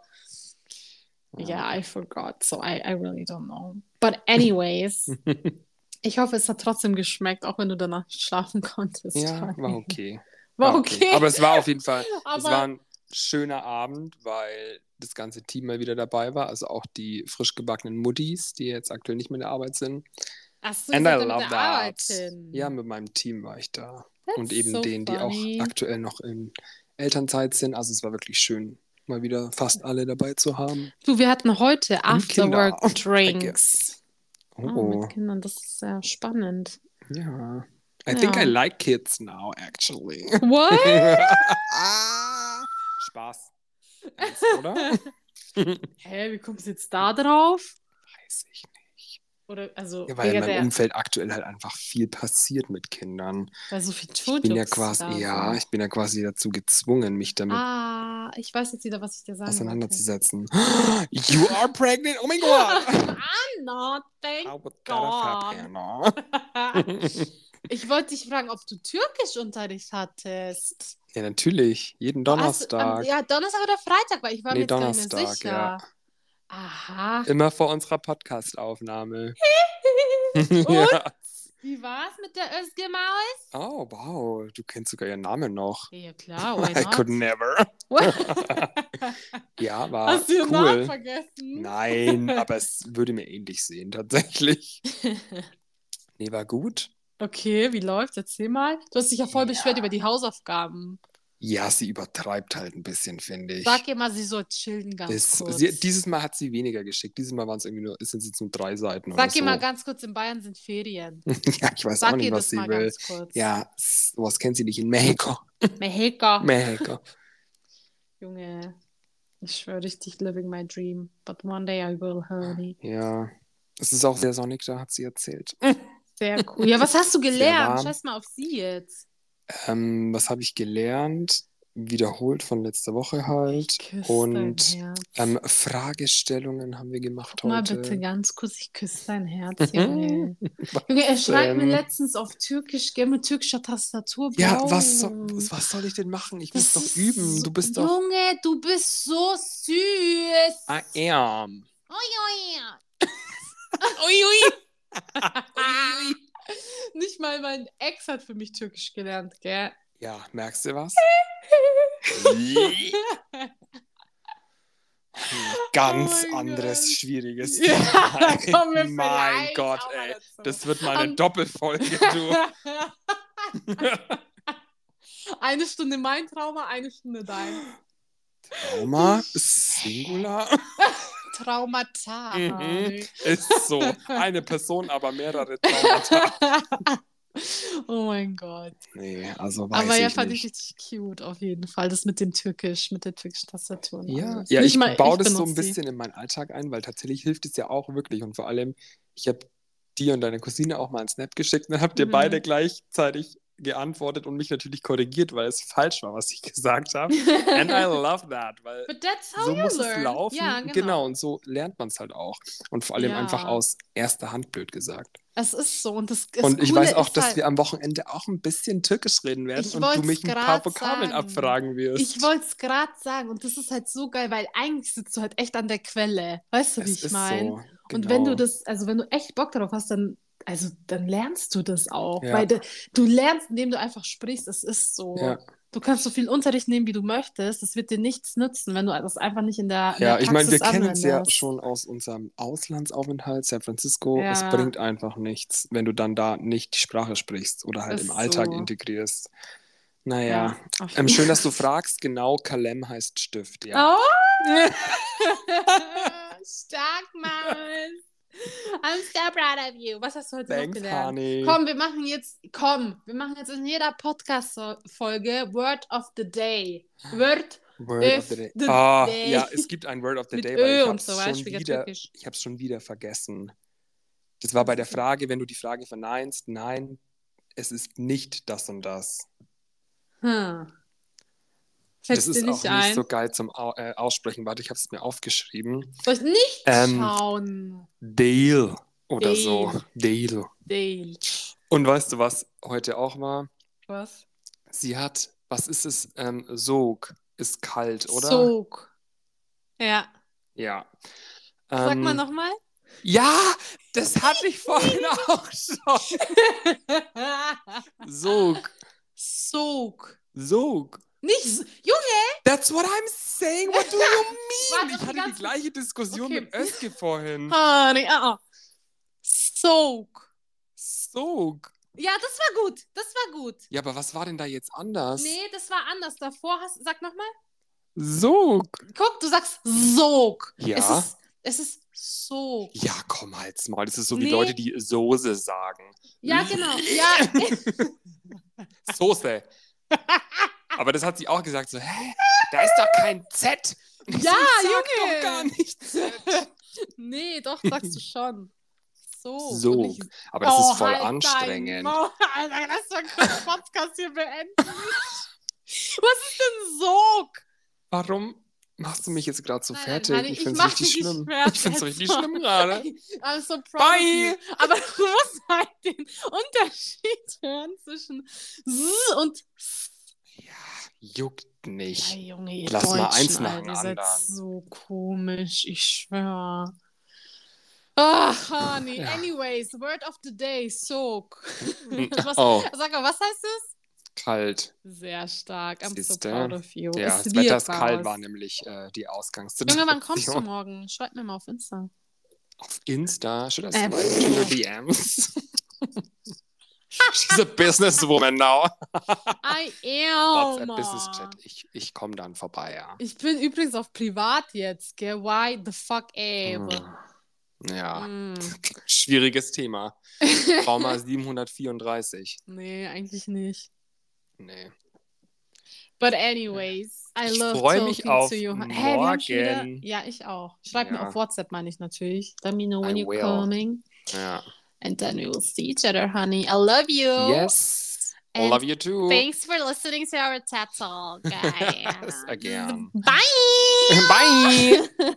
[SPEAKER 2] Ja, I forgot, so I, I really don't know. But anyways, ich hoffe, es hat trotzdem geschmeckt, auch wenn du danach nicht schlafen konntest.
[SPEAKER 1] Ja, war okay.
[SPEAKER 2] War okay.
[SPEAKER 1] Aber es war auf jeden Fall, es
[SPEAKER 2] Aber-
[SPEAKER 1] war ein schöner Abend, weil das ganze Team mal wieder dabei war. Also auch die frisch gebackenen Muttis, die jetzt aktuell nicht mehr in der Arbeit sind.
[SPEAKER 2] Ach so, ihr
[SPEAKER 1] And I
[SPEAKER 2] seid ja mit
[SPEAKER 1] love
[SPEAKER 2] der
[SPEAKER 1] that.
[SPEAKER 2] Arbeit hin.
[SPEAKER 1] Ja, mit meinem Team war ich da.
[SPEAKER 2] Mhm. That's
[SPEAKER 1] und eben
[SPEAKER 2] so
[SPEAKER 1] denen,
[SPEAKER 2] funny.
[SPEAKER 1] die auch aktuell noch in Elternzeit sind. Also es war wirklich schön, mal wieder fast alle dabei zu haben.
[SPEAKER 2] Du, wir hatten heute
[SPEAKER 1] Kinder.
[SPEAKER 2] Afterwork-Drinks.
[SPEAKER 1] Oh,
[SPEAKER 2] Oh, mit Kindern, das ist sehr spannend.
[SPEAKER 1] ja. I think
[SPEAKER 2] Ja.
[SPEAKER 1] I like kids now, actually.
[SPEAKER 2] What?
[SPEAKER 1] ah, Spaß. Ernst, oder?
[SPEAKER 2] Hä, wie kommst du jetzt da drauf?
[SPEAKER 1] Weiß ich nicht.
[SPEAKER 2] Oder, also,
[SPEAKER 1] Ja, weil in
[SPEAKER 2] Digga, der-
[SPEAKER 1] meinem Umfeld aktuell halt einfach viel passiert mit Kindern.
[SPEAKER 2] weil so viel
[SPEAKER 1] Ich bin ja
[SPEAKER 2] Jojos
[SPEAKER 1] quasi,
[SPEAKER 2] da
[SPEAKER 1] ja,
[SPEAKER 2] sind.
[SPEAKER 1] ich bin ja quasi dazu gezwungen, mich damit
[SPEAKER 2] Ah, ich weiß jetzt wieder, was ich dir sagen wollte.
[SPEAKER 1] auseinanderzusetzen. You are pregnant? Oh mein Gott!
[SPEAKER 2] I'm not, thank
[SPEAKER 1] How would that have happened?
[SPEAKER 2] Ich wollte dich fragen, ob du Türkischunterricht hattest.
[SPEAKER 1] Ja, natürlich. Jeden
[SPEAKER 2] Hast,
[SPEAKER 1] Donnerstag.
[SPEAKER 2] am- ja, Donnerstag oder Freitag, weil ich war
[SPEAKER 1] Nee,
[SPEAKER 2] mir jetzt gar nicht mehr
[SPEAKER 1] Donnerstag,
[SPEAKER 2] sicher.
[SPEAKER 1] ja. Äh,
[SPEAKER 2] Aha.
[SPEAKER 1] Immer vor unserer Podcast-Aufnahme.
[SPEAKER 2] Und? Wie war's mit der Özgemaus?
[SPEAKER 1] Oh, wow. Du kennst sogar ihren Namen noch.
[SPEAKER 2] Ja, klar,
[SPEAKER 1] I could never. Ja, war
[SPEAKER 2] Hast du ihren Namen
[SPEAKER 1] cool.
[SPEAKER 2] vergessen?
[SPEAKER 1] Nein, aber es würde mir ähnlich sehen, tatsächlich. Nee, war gut.
[SPEAKER 2] Okay, wie läuft's? Erzähl mal. Du hast dich ja voll
[SPEAKER 1] Ja.
[SPEAKER 2] beschwert über die Hausaufgaben.
[SPEAKER 1] Ja, sie übertreibt halt ein bisschen, finde ich.
[SPEAKER 2] Sag ihr mal, sie soll chillen ganz
[SPEAKER 1] Es-
[SPEAKER 2] kurz.
[SPEAKER 1] sie, dieses Mal hat sie weniger geschickt. Dieses Mal waren es irgendwie nur, es sind jetzt nur drei Seiten.
[SPEAKER 2] Sag
[SPEAKER 1] oder
[SPEAKER 2] ihr mal
[SPEAKER 1] so.
[SPEAKER 2] ganz kurz, in Bayern sind Ferien.
[SPEAKER 1] Ja, also ich weiß auch
[SPEAKER 2] Sag
[SPEAKER 1] nicht,
[SPEAKER 2] ihr
[SPEAKER 1] was
[SPEAKER 2] das
[SPEAKER 1] sie
[SPEAKER 2] mal
[SPEAKER 1] will.
[SPEAKER 2] ganz kurz.
[SPEAKER 1] Ja, s- was kennt sie nicht in Mexiko?
[SPEAKER 2] Meheka.
[SPEAKER 1] Mexiko.
[SPEAKER 2] Junge, ich schwöre richtig, living my dream. But one day I will, honey.
[SPEAKER 1] Ja, es ist auch sehr sonnig, da hat sie erzählt.
[SPEAKER 2] Sehr cool. Ja, was hast du gelernt?
[SPEAKER 1] warm.
[SPEAKER 2] Scheiß mal auf sie jetzt.
[SPEAKER 1] Ähm, was habe ich gelernt? wiederholt von letzter Woche halt. Und ähm, Fragestellungen haben wir gemacht
[SPEAKER 2] Mal
[SPEAKER 1] heute.
[SPEAKER 2] bitte ganz kurz, ich küsse dein Herz, Junge. Junge, er schreibt mir
[SPEAKER 1] denn?
[SPEAKER 2] letztens auf Türkisch, gell, mit türkischer Tastatur.
[SPEAKER 1] Ja,
[SPEAKER 2] Bro.
[SPEAKER 1] was, so, was soll ich denn machen? Ich
[SPEAKER 2] Das
[SPEAKER 1] muss
[SPEAKER 2] ist
[SPEAKER 1] doch üben.
[SPEAKER 2] so-
[SPEAKER 1] Du bist doch.
[SPEAKER 2] Junge, du bist so süß.
[SPEAKER 1] I am.
[SPEAKER 2] Ui, ui. ui, ui. Nicht mal mein Ex hat für mich Türkisch gelernt, gell?
[SPEAKER 1] Ja, merkst du was? Ganz
[SPEAKER 2] Oh mein
[SPEAKER 1] anderes,
[SPEAKER 2] Gott.
[SPEAKER 1] schwieriges
[SPEAKER 2] Ja,
[SPEAKER 1] Thema.
[SPEAKER 2] kommen wir
[SPEAKER 1] mein
[SPEAKER 2] vielleicht
[SPEAKER 1] Gott,
[SPEAKER 2] auch mal
[SPEAKER 1] ey.
[SPEAKER 2] dazu.
[SPEAKER 1] Das wird mal eine
[SPEAKER 2] Am-
[SPEAKER 1] Doppelfolge, du.
[SPEAKER 2] eine Stunde mein Trauma, eine Stunde dein.
[SPEAKER 1] Trauma ist Singular.
[SPEAKER 2] Traumata.
[SPEAKER 1] Mhm. Ist so. Eine Person, aber mehrere Traumata.
[SPEAKER 2] oh mein Gott.
[SPEAKER 1] Nee, also weiß
[SPEAKER 2] Aber ja,
[SPEAKER 1] ich
[SPEAKER 2] fand
[SPEAKER 1] nicht.
[SPEAKER 2] ich richtig cute, auf jeden Fall. Das mit dem Türkisch, mit der türkischen Tastatur. und
[SPEAKER 1] Ja,
[SPEAKER 2] alles.
[SPEAKER 1] ja
[SPEAKER 2] Nicht
[SPEAKER 1] ich
[SPEAKER 2] mal-
[SPEAKER 1] baue das so
[SPEAKER 2] benutze
[SPEAKER 1] ein bisschen in meinen Alltag ein, weil tatsächlich hilft es ja auch wirklich. Und vor allem, ich habe dir und deine Cousine auch mal einen Snap geschickt und dann habt ihr
[SPEAKER 2] Mhm.
[SPEAKER 1] beide gleichzeitig geantwortet und mich natürlich korrigiert, weil es falsch war, was ich gesagt habe.
[SPEAKER 2] die.
[SPEAKER 1] And I love that, weil
[SPEAKER 2] But that's how
[SPEAKER 1] so
[SPEAKER 2] you
[SPEAKER 1] muss
[SPEAKER 2] learn.
[SPEAKER 1] es laufen.
[SPEAKER 2] Ja,
[SPEAKER 1] genau. und so lernt man es halt auch. Und vor allem
[SPEAKER 2] Ja.
[SPEAKER 1] einfach aus erster Hand, blöd gesagt.
[SPEAKER 2] Es ist so. Und, das, das
[SPEAKER 1] und ich
[SPEAKER 2] Coole
[SPEAKER 1] weiß auch,
[SPEAKER 2] ist
[SPEAKER 1] dass
[SPEAKER 2] halt,
[SPEAKER 1] wir am Wochenende auch ein bisschen türkisch reden werden
[SPEAKER 2] Ich
[SPEAKER 1] und du
[SPEAKER 2] wollt's
[SPEAKER 1] mich ein paar
[SPEAKER 2] grad
[SPEAKER 1] Vokabeln
[SPEAKER 2] sagen.
[SPEAKER 1] abfragen wirst.
[SPEAKER 2] Ich wollte es gerade sagen. Und das ist halt so geil, weil eigentlich sitzt du halt echt an der Quelle. Weißt du, wie
[SPEAKER 1] Es
[SPEAKER 2] ich
[SPEAKER 1] ist
[SPEAKER 2] meine?
[SPEAKER 1] so,
[SPEAKER 2] Und wenn
[SPEAKER 1] genau.
[SPEAKER 2] du das, also wenn du echt Bock darauf hast, dann, also dann lernst du das auch.
[SPEAKER 1] Ja.
[SPEAKER 2] Weil du, du lernst, indem du einfach sprichst. Es ist so.
[SPEAKER 1] Ja.
[SPEAKER 2] Du kannst so viel Unterricht nehmen, wie du möchtest. Das wird dir nichts nützen, wenn du das einfach nicht in der in
[SPEAKER 1] Ja,
[SPEAKER 2] der
[SPEAKER 1] ich meine, wir
[SPEAKER 2] Praxis
[SPEAKER 1] kennen es ja
[SPEAKER 2] anwendest.
[SPEAKER 1] schon aus unserem Auslandsaufenthalt, San Francisco. Es
[SPEAKER 2] Ja.
[SPEAKER 1] bringt einfach nichts, wenn du dann da nicht die Sprache sprichst oder halt
[SPEAKER 2] Ist
[SPEAKER 1] im Alltag
[SPEAKER 2] so.
[SPEAKER 1] integrierst. Naja,
[SPEAKER 2] Auf-
[SPEAKER 1] ähm, schön, dass du fragst. Genau, Kalem heißt Stift, ja.
[SPEAKER 2] Oh! Stark, Mann! I'm so proud of you. Was hast du heute noch
[SPEAKER 1] Thanks,
[SPEAKER 2] gelernt?
[SPEAKER 1] honey.
[SPEAKER 2] Komm, wir machen jetzt, komm, wir machen jetzt in jeder Podcast-Folge Word of the Day. Word
[SPEAKER 1] Word of the
[SPEAKER 2] If
[SPEAKER 1] day.
[SPEAKER 2] the
[SPEAKER 1] ah,
[SPEAKER 2] day.
[SPEAKER 1] ja, es gibt ein Word of the
[SPEAKER 2] mit
[SPEAKER 1] Day, weil
[SPEAKER 2] Ö
[SPEAKER 1] ich
[SPEAKER 2] und
[SPEAKER 1] hab's,
[SPEAKER 2] so,
[SPEAKER 1] schon
[SPEAKER 2] weißt du, wie
[SPEAKER 1] wieder,
[SPEAKER 2] türkisch.
[SPEAKER 1] ich hab's schon wieder vergessen. Das war bei der Frage, wenn du die Frage verneinst, nein, es ist nicht das und das.
[SPEAKER 2] Hm. Fällt
[SPEAKER 1] Das
[SPEAKER 2] dir
[SPEAKER 1] ist
[SPEAKER 2] nicht
[SPEAKER 1] auch
[SPEAKER 2] ein?
[SPEAKER 1] nicht so geil zum Au äh, Aussprechen. Warte, ich habe es mir aufgeschrieben.
[SPEAKER 2] Soll ich nicht
[SPEAKER 1] Ähm.
[SPEAKER 2] schauen?
[SPEAKER 1] Dale oder
[SPEAKER 2] Dale.
[SPEAKER 1] so. Dale.
[SPEAKER 2] Dale.
[SPEAKER 1] Und weißt du, was heute auch war?
[SPEAKER 2] Was?
[SPEAKER 1] Sie hat, was ist es? Ähm, Sog ist kalt, oder?
[SPEAKER 2] Sog. Ja.
[SPEAKER 1] Ja.
[SPEAKER 2] Sag
[SPEAKER 1] Ähm,
[SPEAKER 2] mal nochmal.
[SPEAKER 1] Ja, das hatte ich vorhin auch schon. Sog.
[SPEAKER 2] Sog.
[SPEAKER 1] Sog.
[SPEAKER 2] Nicht, S- Junge,
[SPEAKER 1] That's what I'm saying. What do you mean?
[SPEAKER 2] Warte,
[SPEAKER 1] Ich hatte die
[SPEAKER 2] ganz-
[SPEAKER 1] gleiche Diskussion
[SPEAKER 2] Okay.
[SPEAKER 1] mit Özge vorhin.
[SPEAKER 2] honey, ah, ah. Sog.
[SPEAKER 1] Sog.
[SPEAKER 2] Ja, das war gut, das war gut.
[SPEAKER 1] Ja, aber was war denn da jetzt anders?
[SPEAKER 2] Nee, das war anders. Davor hast, sag nochmal.
[SPEAKER 1] Sog.
[SPEAKER 2] Guck, du sagst Sog.
[SPEAKER 1] Ja.
[SPEAKER 2] Es ist, es ist Sog.
[SPEAKER 1] Ja, komm halt's mal. Das ist so wie
[SPEAKER 2] Nee.
[SPEAKER 1] Leute, die Soße sagen.
[SPEAKER 2] Ja, genau. Ja,
[SPEAKER 1] Soße. Aber das hat sie auch gesagt, so, hä? Da ist doch kein Z. Ich
[SPEAKER 2] Ja,
[SPEAKER 1] so,
[SPEAKER 2] Junge.
[SPEAKER 1] Doch gar nicht Z.
[SPEAKER 2] nee, doch, sagst du schon. Sog. und
[SPEAKER 1] Sog.
[SPEAKER 2] nicht
[SPEAKER 1] Aber das
[SPEAKER 2] Oh,
[SPEAKER 1] ist voll
[SPEAKER 2] halt dein
[SPEAKER 1] anstrengend.
[SPEAKER 2] Maul. Alter, lass doch kurz den Podcast hier beenden. Was ist denn Sog?
[SPEAKER 1] Warum machst du mich jetzt gerade so
[SPEAKER 2] Nein, nein,
[SPEAKER 1] fertig?
[SPEAKER 2] Manni,
[SPEAKER 1] ich
[SPEAKER 2] ich
[SPEAKER 1] finde es
[SPEAKER 2] mach
[SPEAKER 1] richtig
[SPEAKER 2] dich
[SPEAKER 1] schlimm.
[SPEAKER 2] fertig.
[SPEAKER 1] Ich finde es richtig schlimm gerade.
[SPEAKER 2] I'm so proud
[SPEAKER 1] Bye.
[SPEAKER 2] of you. Aber du musst halt den Unterschied hören zwischen S und S.
[SPEAKER 1] Ja, juckt
[SPEAKER 2] Ja,
[SPEAKER 1] nicht.
[SPEAKER 2] Junge, ihr
[SPEAKER 1] Lass mal
[SPEAKER 2] Deutschen,
[SPEAKER 1] eins nach
[SPEAKER 2] Alter,
[SPEAKER 1] dem
[SPEAKER 2] ihr seid
[SPEAKER 1] anderen.
[SPEAKER 2] so komisch, ich schwör. Ach, honey.
[SPEAKER 1] Ja.
[SPEAKER 2] Anyways, word of the day, soak. was,
[SPEAKER 1] Oh,
[SPEAKER 2] Sag mal, was heißt es?
[SPEAKER 1] kalt.
[SPEAKER 2] Sehr stark. I'm so
[SPEAKER 1] Siehste?
[SPEAKER 2] proud of you.
[SPEAKER 1] Ja,
[SPEAKER 2] Es
[SPEAKER 1] das
[SPEAKER 2] wird
[SPEAKER 1] Wetter ist kalt,
[SPEAKER 2] was.
[SPEAKER 1] war nämlich äh, die Ausgangssituation.
[SPEAKER 2] Junge, wann kommst du morgen? Schreib mir mal auf Insta.
[SPEAKER 1] Auf Insta, should I
[SPEAKER 2] Ähm.
[SPEAKER 1] slide into your DMs? She's a businesswoman now.
[SPEAKER 2] I
[SPEAKER 1] WhatsApp
[SPEAKER 2] am.
[SPEAKER 1] Business Chat. Ich, ich komme dann vorbei, ja.
[SPEAKER 2] Ich bin übrigens auf privat jetzt, gell? Why the fuck ever?
[SPEAKER 1] Hm. Ja,
[SPEAKER 2] Mm.
[SPEAKER 1] schwieriges Thema. Trauma 734.
[SPEAKER 2] Nee, eigentlich nicht.
[SPEAKER 1] Nee.
[SPEAKER 2] But anyways, I
[SPEAKER 1] Äh, Ich
[SPEAKER 2] love
[SPEAKER 1] freu
[SPEAKER 2] talking
[SPEAKER 1] mich auf
[SPEAKER 2] to you. Hey, wir haben schon wieder...
[SPEAKER 1] morgen.
[SPEAKER 2] Ja, ich auch. Schreib mir
[SPEAKER 1] Ja.
[SPEAKER 2] auf WhatsApp, meine ich natürlich. Let me know when
[SPEAKER 1] I
[SPEAKER 2] you're
[SPEAKER 1] will.
[SPEAKER 2] coming.
[SPEAKER 1] Ja.
[SPEAKER 2] And then we will see each other, honey. I love you.
[SPEAKER 1] Yes.
[SPEAKER 2] And
[SPEAKER 1] Love you too.
[SPEAKER 2] Thanks for listening to our TED Talk, guys.
[SPEAKER 1] Again.
[SPEAKER 2] Bye.
[SPEAKER 1] Bye.